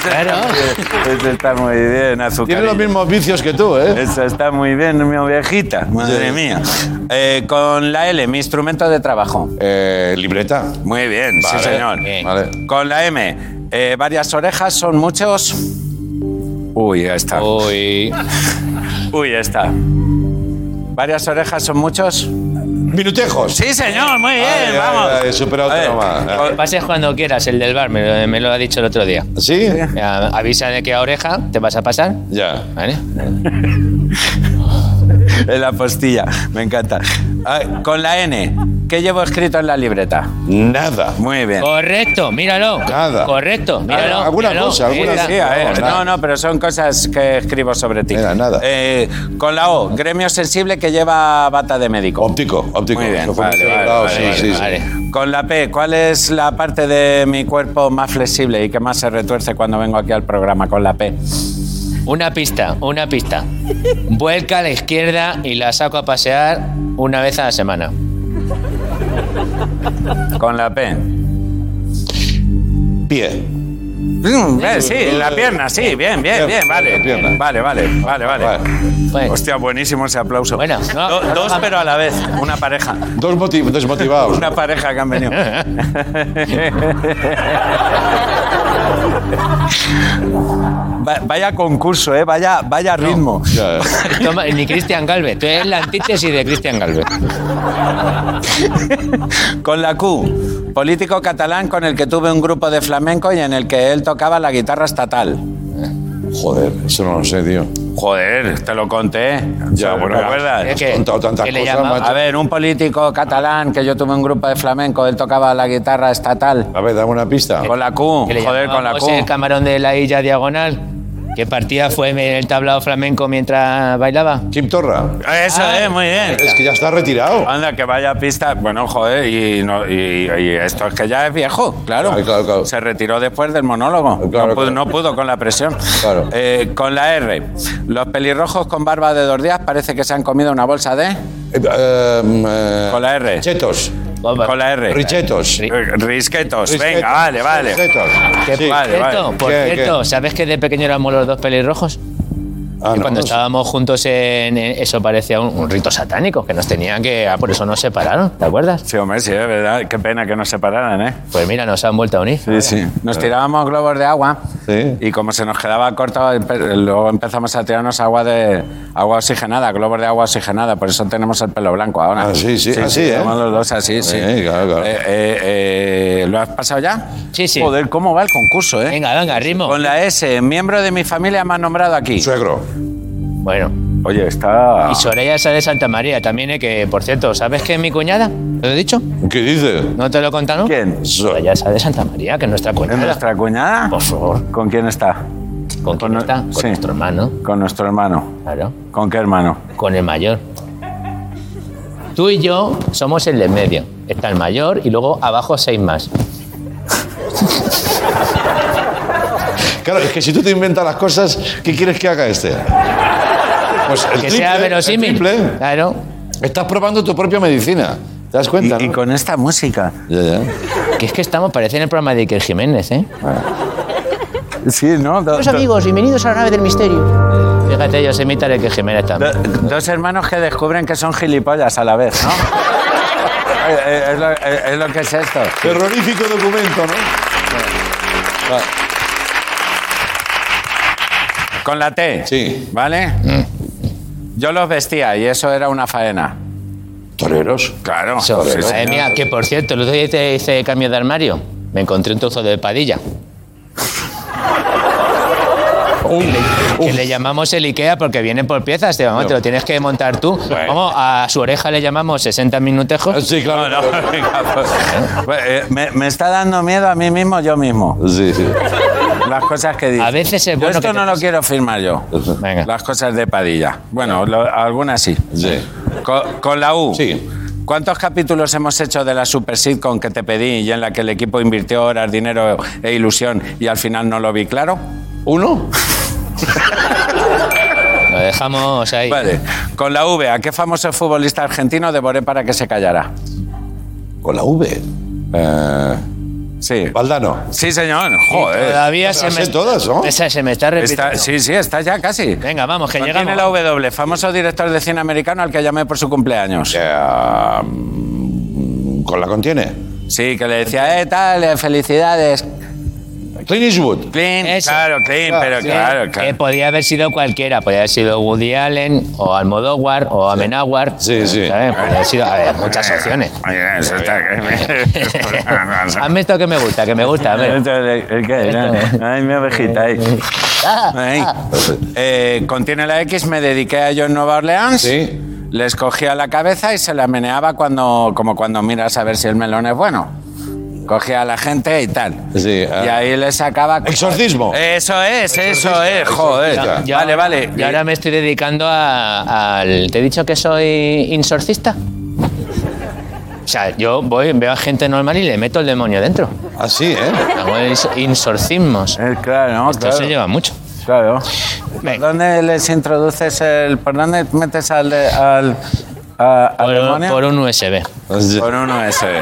[SPEAKER 7] claro.
[SPEAKER 1] Este
[SPEAKER 6] Esa está muy bien,
[SPEAKER 1] Tiene
[SPEAKER 6] azúcar.
[SPEAKER 1] los mismos vicios que tú, ¿eh?
[SPEAKER 6] Esa está muy bien, mi ovejita. Madre
[SPEAKER 1] Sí.
[SPEAKER 6] mía. Eh, con la L, mi instrumento de trabajo.
[SPEAKER 1] Eh, libreta.
[SPEAKER 6] Muy bien,
[SPEAKER 1] Vale.
[SPEAKER 6] sí señor.
[SPEAKER 7] Bien.
[SPEAKER 1] Vale.
[SPEAKER 6] Con la M, eh, varias orejas son muchos. Uy, ya está.
[SPEAKER 7] Uy.
[SPEAKER 6] [laughs] Uy, ya está. Varias orejas son muchos.
[SPEAKER 1] Minutejos.
[SPEAKER 6] Sí, señor, muy bien,
[SPEAKER 1] Ay, ay,
[SPEAKER 6] vamos.
[SPEAKER 1] ay, superautónoma.
[SPEAKER 6] A ver,
[SPEAKER 7] Pases cuando quieras, el del bar, me lo, me lo ha dicho el otro día.
[SPEAKER 1] ¿Sí?
[SPEAKER 7] Eh, avisa de que a oreja te vas a pasar.
[SPEAKER 1] Ya.
[SPEAKER 6] [laughs]
[SPEAKER 7] ¿Vale?
[SPEAKER 6] En la postilla, me encanta. Ah, Con la N, ¿qué llevo escrito en la libreta?
[SPEAKER 1] Nada.
[SPEAKER 6] Muy bien.
[SPEAKER 7] Correcto, míralo.
[SPEAKER 1] Nada.
[SPEAKER 7] Correcto, míralo.
[SPEAKER 1] Alguna
[SPEAKER 7] míralo.
[SPEAKER 1] cosa, alguna
[SPEAKER 7] Mira.
[SPEAKER 1] cosa.
[SPEAKER 6] Sí, a ver,
[SPEAKER 1] Vamos, nada.
[SPEAKER 6] no, no, pero son cosas que escribo sobre ti.
[SPEAKER 1] Mira, nada.
[SPEAKER 6] Eh, con la O, gremio sensible que lleva bata de médico.
[SPEAKER 1] Óptico, óptico.
[SPEAKER 6] Muy bien,
[SPEAKER 1] Eso fue
[SPEAKER 6] vale,
[SPEAKER 1] mucho
[SPEAKER 6] vale,
[SPEAKER 1] grado,
[SPEAKER 6] vale,
[SPEAKER 1] sí,
[SPEAKER 6] vale,
[SPEAKER 1] sí, sí.
[SPEAKER 7] vale.
[SPEAKER 6] Con la P, ¿cuál es la parte de mi cuerpo más flexible y que más se retuerce cuando vengo aquí al programa con la P?
[SPEAKER 7] Una pista, una pista. Vuelca a la izquierda y la saco a pasear una vez a la semana.
[SPEAKER 6] Con la P.
[SPEAKER 1] Pie.
[SPEAKER 6] Bien, Mm, eh, sí, la pierna, sí, bien, bien, bien, vale.
[SPEAKER 1] La pierna.
[SPEAKER 6] Vale, vale, vale, vale.
[SPEAKER 7] Bueno,
[SPEAKER 6] Hostia, buenísimo ese aplauso.
[SPEAKER 7] Pues. Bueno, no,
[SPEAKER 6] Do-
[SPEAKER 7] no,
[SPEAKER 6] dos,
[SPEAKER 7] no.
[SPEAKER 6] pero a la vez. Una pareja.
[SPEAKER 1] Dos motiv- desmotivados.
[SPEAKER 6] Una pareja que han venido. Va- Vaya concurso, ¿eh? vaya, vaya ritmo.
[SPEAKER 1] Ya, eh.
[SPEAKER 7] toma, ni Cristian Galvez. Tú eres la antítesis de Cristian Galvez.
[SPEAKER 6] Con la Q, político catalán con el que tuve un grupo de flamenco y en el que él tocaba la guitarra estatal.
[SPEAKER 1] Joder, eso no lo sé, tío.
[SPEAKER 6] Joder, te lo conté. ¿eh?
[SPEAKER 1] Ya,
[SPEAKER 6] ¿Te
[SPEAKER 1] bueno,
[SPEAKER 6] acuerdas?
[SPEAKER 7] Es que,
[SPEAKER 1] contado tantas
[SPEAKER 7] que le
[SPEAKER 1] cosas,
[SPEAKER 7] llama-
[SPEAKER 1] macho.
[SPEAKER 6] A ver, un político catalán que yo tuve un grupo de flamenco, él tocaba la guitarra estatal.
[SPEAKER 1] A ver, dame una pista.
[SPEAKER 6] Con la Q,
[SPEAKER 7] que le
[SPEAKER 6] joder, con la
[SPEAKER 7] llamábamos el
[SPEAKER 6] Q.
[SPEAKER 7] camarón de la Isla Diagonal. ¿Qué partida fue en el tablado flamenco mientras bailaba?
[SPEAKER 1] Kim Torra.
[SPEAKER 6] Eso
[SPEAKER 7] Ah.
[SPEAKER 6] es, muy bien.
[SPEAKER 1] Es que ya está retirado.
[SPEAKER 6] Anda, que vaya pista. Bueno, joder, y, no- y- y esto es que ya es viejo, claro.
[SPEAKER 1] Claro, claro, claro.
[SPEAKER 6] Se retiró después del monólogo.
[SPEAKER 1] Claro,
[SPEAKER 6] no, pudo,
[SPEAKER 1] claro.
[SPEAKER 6] no pudo con la presión.
[SPEAKER 1] Claro.
[SPEAKER 6] Eh, con la R. Los pelirrojos con barba de dos días parece que se han comido una bolsa de.
[SPEAKER 1] Eh, eh,
[SPEAKER 6] Con la R.
[SPEAKER 1] Chetos.
[SPEAKER 6] Con la R.
[SPEAKER 1] Richetos.
[SPEAKER 6] Eh, Risquetos. Venga, vale, vale.
[SPEAKER 1] Richetos.
[SPEAKER 7] Que,
[SPEAKER 1] Sí.
[SPEAKER 7] por
[SPEAKER 6] vale,
[SPEAKER 7] cierto,
[SPEAKER 6] vale.
[SPEAKER 7] por
[SPEAKER 1] ¿Qué,
[SPEAKER 7] cierto, ¿sabes que de pequeño éramos los dos pelirrojos?
[SPEAKER 1] Ah,
[SPEAKER 7] Que
[SPEAKER 1] no,
[SPEAKER 7] cuando
[SPEAKER 1] no sé.
[SPEAKER 7] estábamos juntos en en- eso parecía un, un rito satánico, que nos tenían que... ah, por eso nos separaron, ¿te acuerdas?
[SPEAKER 6] Sí, hombre, sí, es verdad. Qué pena que nos separaran, ¿eh?
[SPEAKER 7] Pues mira, nos han vuelto a unir.
[SPEAKER 6] Sí, sí. Nos tirábamos globos de agua
[SPEAKER 1] Sí.
[SPEAKER 6] y como se nos quedaba corto, empe- luego empezamos a tirarnos agua de agua oxigenada, globos de agua oxigenada, por eso tenemos el pelo blanco ahora.
[SPEAKER 1] Ah, sí, sí, así, ¿eh?
[SPEAKER 6] somos los dos así, sí.
[SPEAKER 1] Sí, claro, claro.
[SPEAKER 6] Eh, eh, eh, ¿Lo has pasado ya?
[SPEAKER 7] Sí, sí.
[SPEAKER 6] Joder, ¿cómo va el concurso, eh?
[SPEAKER 7] Venga, venga, ritmo.
[SPEAKER 6] Con la S, miembro de mi familia me ha nombrado aquí.
[SPEAKER 1] Suegro.
[SPEAKER 7] Bueno,
[SPEAKER 6] Oye, está...
[SPEAKER 7] y Soraya esa de Santa María también, eh, que por cierto, ¿sabes que es mi cuñada? ¿Te lo he dicho?
[SPEAKER 1] ¿Qué dices?
[SPEAKER 7] ¿No te lo he contado?
[SPEAKER 6] ¿Quién?
[SPEAKER 7] Soraya esa de Santa María, que es nuestra
[SPEAKER 6] ¿Es
[SPEAKER 7] cuñada.
[SPEAKER 6] nuestra cuñada?
[SPEAKER 7] Por favor.
[SPEAKER 6] ¿Con quién está?
[SPEAKER 7] ¿Con quién
[SPEAKER 6] Con-
[SPEAKER 7] está? Con
[SPEAKER 6] sí.
[SPEAKER 7] nuestro hermano,
[SPEAKER 6] Con nuestro hermano.
[SPEAKER 7] claro.
[SPEAKER 6] ¿Con qué hermano?
[SPEAKER 7] Con el mayor. Tú y yo somos el de en medio. Está el mayor y luego abajo seis más.
[SPEAKER 1] Claro, es que si tú te inventas las cosas, ¿qué quieres que haga este? Pues el
[SPEAKER 7] Que sea
[SPEAKER 1] triple,
[SPEAKER 7] verosímil.
[SPEAKER 1] el triple.
[SPEAKER 7] Claro.
[SPEAKER 1] Estás probando tu propia medicina. ¿Te das
[SPEAKER 6] Y,
[SPEAKER 1] cuenta?
[SPEAKER 6] y
[SPEAKER 1] no?
[SPEAKER 6] con esta música.
[SPEAKER 1] Ya, ya.
[SPEAKER 7] Que es que estamos, parece en el programa de Iker Jiménez, ¿eh?
[SPEAKER 6] Sí, ¿no? Do-
[SPEAKER 7] Pues
[SPEAKER 6] do-
[SPEAKER 7] amigos, bienvenidos a la nave del misterio. Fíjate, yo sé imitar a Iker Jiménez
[SPEAKER 6] Do-
[SPEAKER 7] también.
[SPEAKER 6] dos hermanos que descubren que son gilipollas a la vez,
[SPEAKER 7] [laughs]
[SPEAKER 6] ¿no? Eh, eh, es, lo, eh, es lo que es esto.
[SPEAKER 1] Terrorífico documento, ¿no?
[SPEAKER 6] Con la T.
[SPEAKER 1] Sí. Mm.
[SPEAKER 6] ¿Vale? Yo los vestía y eso era una faena.
[SPEAKER 1] Toreros.
[SPEAKER 6] Claro.
[SPEAKER 7] Eso,
[SPEAKER 6] sí, sí.
[SPEAKER 7] madre mía, que por cierto, el otro día te hice cambio de armario. Me encontré un trozo de padilla. Que le, que le llamamos el Ikea porque viene por piezas, te, vamos, te lo tienes que montar tú. Vamos, a su oreja le llamamos 60
[SPEAKER 1] Ah,
[SPEAKER 7] minutejos.
[SPEAKER 1] Sí, claro.
[SPEAKER 6] No,
[SPEAKER 1] [laughs]
[SPEAKER 6] venga, pues, eh, me, me está dando miedo a mí mismo, yo mismo.
[SPEAKER 1] Sí, sí.
[SPEAKER 6] Las cosas que dices.
[SPEAKER 7] A veces es
[SPEAKER 6] Yo
[SPEAKER 7] bueno
[SPEAKER 6] esto
[SPEAKER 7] que te
[SPEAKER 6] no lo
[SPEAKER 7] pase.
[SPEAKER 6] quiero firmar yo.
[SPEAKER 7] Venga.
[SPEAKER 6] Las cosas de Padilla. Bueno, lo- algunas sí.
[SPEAKER 1] Sí.
[SPEAKER 6] Con, con la U.
[SPEAKER 1] Sí.
[SPEAKER 6] ¿Cuántos capítulos hemos hecho de la super sitcom que te pedí y en la que el equipo invirtió horas, dinero e ilusión y al final no lo vi claro?
[SPEAKER 1] ¿Uno?
[SPEAKER 7] [laughs] Lo dejamos ahí.
[SPEAKER 6] Vale. Con la V, ¿a qué famoso futbolista argentino devoré para que se callara?
[SPEAKER 1] Con la V. Eh,
[SPEAKER 6] Sí.
[SPEAKER 1] Valdano.
[SPEAKER 6] Sí, señor.
[SPEAKER 7] Y
[SPEAKER 6] Joder.
[SPEAKER 7] Todavía
[SPEAKER 1] Pero
[SPEAKER 7] se
[SPEAKER 1] las
[SPEAKER 7] me,
[SPEAKER 1] sé todas, ¿no?
[SPEAKER 7] Esa se me está repitiendo.
[SPEAKER 6] Está- sí, sí, está ya casi.
[SPEAKER 7] Venga, vamos, que
[SPEAKER 6] Contiene
[SPEAKER 7] llegamos.
[SPEAKER 6] la W, famoso director de cine americano al que llamé por su cumpleaños.
[SPEAKER 1] Eh, mm, ¿Con la contiene?
[SPEAKER 6] Sí, que le decía, eh, tal, eh, felicidades.
[SPEAKER 1] Clint Eastwood.
[SPEAKER 6] Clean,
[SPEAKER 7] Eso.
[SPEAKER 6] claro, clean, pero
[SPEAKER 7] Sí,
[SPEAKER 6] claro,
[SPEAKER 7] Que
[SPEAKER 6] claro.
[SPEAKER 7] podía haber sido cualquiera, podía haber sido Woody Allen o Almodóvar o Amenáhuar.
[SPEAKER 1] Sí, sí.
[SPEAKER 7] ¿sabes? Podía haber sido, a ver, muchas opciones.
[SPEAKER 6] Oye, eso está-
[SPEAKER 7] [laughs] Hazme esto que me gusta, que me gusta. A ver.
[SPEAKER 6] ¿El qué?
[SPEAKER 7] Esto.
[SPEAKER 6] Ay, mi ovejita,
[SPEAKER 7] [laughs]
[SPEAKER 6] ahí.
[SPEAKER 7] Ah,
[SPEAKER 6] Ahí. Eh, contiene la X, me dediqué a ello en Nueva Orleans.
[SPEAKER 1] Sí.
[SPEAKER 6] Les cogía la cabeza y se la meneaba cuando, como cuando miras a ver si el melón es bueno. Cogía a la gente y tal.
[SPEAKER 1] Sí, ah.
[SPEAKER 6] Y ahí le sacaba. Eh,
[SPEAKER 1] Exorcismo.
[SPEAKER 6] Eso es, eso es, joder.
[SPEAKER 1] exorcista.
[SPEAKER 7] yo-
[SPEAKER 6] vale, vale.
[SPEAKER 7] Y ahora me estoy dedicando a- al. ¿Te he dicho que soy insorcista? O sea, yo voy, veo a gente normal y le meto el demonio dentro.
[SPEAKER 1] Así, ¿eh?
[SPEAKER 7] Hago ins- insorcismos.
[SPEAKER 6] Ah, Eh, claro,
[SPEAKER 7] Esto
[SPEAKER 6] claro,
[SPEAKER 7] se lleva mucho.
[SPEAKER 6] claro. ¿Por dónde les introduces el. ¿Por dónde metes al. al a- al
[SPEAKER 7] Por, un-
[SPEAKER 6] demonio?
[SPEAKER 7] por un USB.
[SPEAKER 6] Por un USB.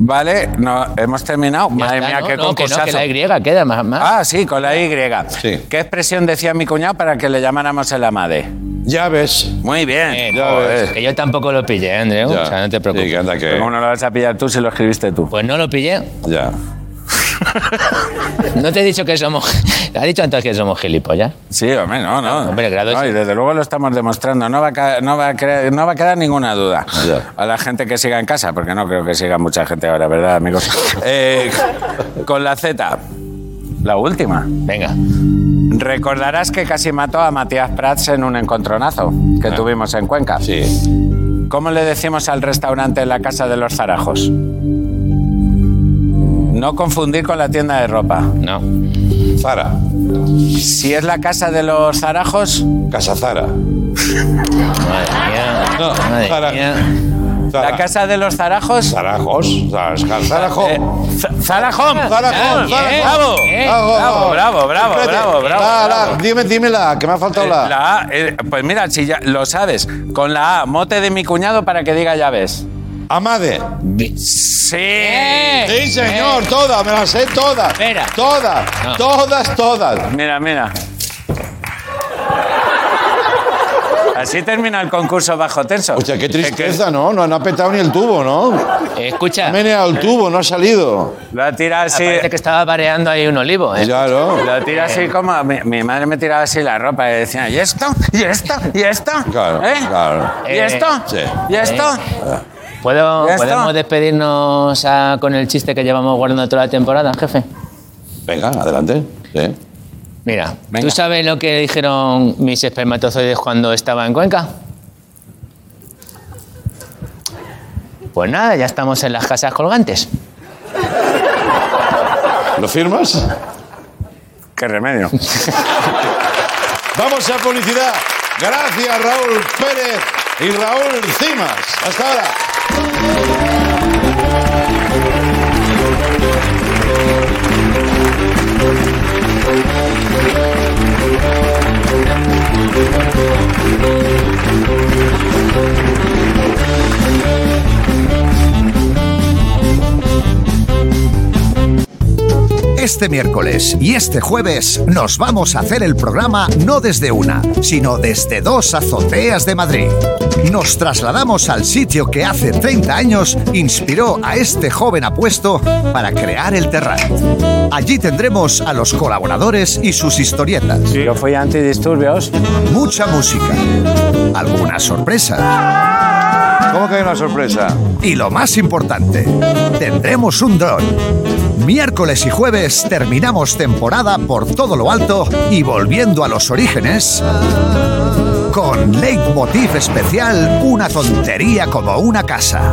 [SPEAKER 6] Vale, no, hemos terminado.
[SPEAKER 7] Ya
[SPEAKER 6] Madre
[SPEAKER 7] está,
[SPEAKER 6] mía,
[SPEAKER 7] ¿no?
[SPEAKER 6] qué
[SPEAKER 7] No, que no,
[SPEAKER 6] concursazo.
[SPEAKER 7] que la Y queda más. más.
[SPEAKER 6] Ah, sí, con la Y.
[SPEAKER 1] Sí.
[SPEAKER 6] ¿Qué expresión decía mi cuñado para que le llamáramos el amade?
[SPEAKER 1] Ya ves.
[SPEAKER 6] Muy bien.
[SPEAKER 7] Eh,
[SPEAKER 1] ya
[SPEAKER 7] joder,
[SPEAKER 1] ves.
[SPEAKER 7] que yo tampoco lo pillé, Andreu.
[SPEAKER 1] Ya.
[SPEAKER 7] O sea, no te preocupes.
[SPEAKER 1] Sí, que anda que-
[SPEAKER 6] ¿Cómo no lo vas a pillar tú si lo escribiste tú?
[SPEAKER 7] Pues no lo pillé.
[SPEAKER 1] Ya.
[SPEAKER 7] No te he dicho que
[SPEAKER 6] [laughs]
[SPEAKER 7] somos. ha dicho antes que somos gilipollas.
[SPEAKER 6] Sí, hombre, no, no.
[SPEAKER 7] Hombre, claro,
[SPEAKER 6] No,
[SPEAKER 7] sí.
[SPEAKER 6] y desde luego lo estamos demostrando. No va a, ca- no va a, cre- no va a quedar ninguna duda
[SPEAKER 1] Ya.
[SPEAKER 6] a la gente que siga en casa, porque no creo que siga mucha gente ahora, ¿verdad,
[SPEAKER 7] [laughs]
[SPEAKER 6] amigos? Eh, con la Z, la última.
[SPEAKER 7] Venga.
[SPEAKER 6] Recordarás que casi mató a Matías Prats en un encontronazo
[SPEAKER 7] Ah.
[SPEAKER 6] que tuvimos en Cuenca.
[SPEAKER 1] Sí.
[SPEAKER 6] ¿Cómo le decimos al restaurante en la casa de los zarajos? No confundir con la tienda de ropa.
[SPEAKER 7] No.
[SPEAKER 1] Zara.
[SPEAKER 6] Si es la casa de los zarajos,
[SPEAKER 1] Casa Zara.
[SPEAKER 7] Madre mía.
[SPEAKER 1] No,
[SPEAKER 7] Madre
[SPEAKER 1] para.
[SPEAKER 7] mía.
[SPEAKER 1] Zara.
[SPEAKER 6] la casa de los zarajos.
[SPEAKER 1] Zarajos. Zara- Zarajo.
[SPEAKER 6] eh, Z-
[SPEAKER 1] Zarajón,
[SPEAKER 6] Zarajón.
[SPEAKER 7] bien,
[SPEAKER 1] Zarajón.
[SPEAKER 6] bravo,
[SPEAKER 7] bien,
[SPEAKER 6] bravo, bravo, bravo,
[SPEAKER 1] Espérate.
[SPEAKER 6] bravo, bravo,
[SPEAKER 1] La, la,
[SPEAKER 6] bravo.
[SPEAKER 1] Dime, dime la, que me ha faltado
[SPEAKER 6] Eh,
[SPEAKER 1] la.
[SPEAKER 6] la A, eh, pues mira, si ya lo sabes, con la A, mote de mi cuñado para que diga llaves.
[SPEAKER 1] Amade.
[SPEAKER 6] Sí.
[SPEAKER 1] Sí, señor, todas, me las sé todas.
[SPEAKER 7] Eh, Espera.
[SPEAKER 1] Todas,
[SPEAKER 7] No.
[SPEAKER 1] todas, todas.
[SPEAKER 6] Mira, mira. Así termina el concurso bajo tenso.
[SPEAKER 1] O sea, qué
[SPEAKER 6] Que- que-
[SPEAKER 1] tristeza, ¿no? No, no ha petado ni el tubo, ¿no?
[SPEAKER 7] Escucha.
[SPEAKER 1] Ha meneado el tubo, no ha salido.
[SPEAKER 6] Lo ha tirado así.
[SPEAKER 7] Parece que estaba pareando ahí un olivo, ¿eh?
[SPEAKER 1] Claro.
[SPEAKER 6] Lo tira así como. Mi, mi madre me tiraba así la ropa y decía, ¿y esto? ¿Y esto? ¿Y esto?
[SPEAKER 1] Claro,
[SPEAKER 6] ¿Eh?
[SPEAKER 1] claro.
[SPEAKER 6] ¿Y
[SPEAKER 7] Eh,
[SPEAKER 6] esto?
[SPEAKER 1] sí.
[SPEAKER 6] ¿Y esto?
[SPEAKER 7] ¿Puedo,
[SPEAKER 6] ¿Ya está?
[SPEAKER 7] ¿Podemos despedirnos ah, con el chiste que llevamos guardando toda la temporada, jefe?
[SPEAKER 1] Venga, adelante. Sí.
[SPEAKER 7] Mira,
[SPEAKER 6] Venga.
[SPEAKER 7] ¿tú sabes lo que dijeron mis espermatozoides cuando estaba en Cuenca? Pues nada, ya estamos en las casas colgantes.
[SPEAKER 1] ¿Lo firmas?
[SPEAKER 6] Qué
[SPEAKER 7] [laughs]
[SPEAKER 6] remedio.
[SPEAKER 1] Vamos a publicidad. Gracias, Raúl Pérez y Raúl Cimas. Hasta ahora.
[SPEAKER 4] Este miércoles y este jueves nos vamos a hacer el programa no desde una, sino desde dos azoteas de Madrid. Nos trasladamos al sitio que hace 30 años inspiró a este joven apuesto para crear el Terrat. Allí tendremos a los colaboradores y sus historietas,
[SPEAKER 6] Yo fui antidisturbios.
[SPEAKER 4] mucha música, alguna sorpresa.
[SPEAKER 1] ¿Cómo que hay una sorpresa?
[SPEAKER 4] Y lo más importante, tendremos un dron. Miércoles y jueves terminamos temporada por todo lo alto y volviendo a los orígenes con leitmotiv especial Una tontería como una casa.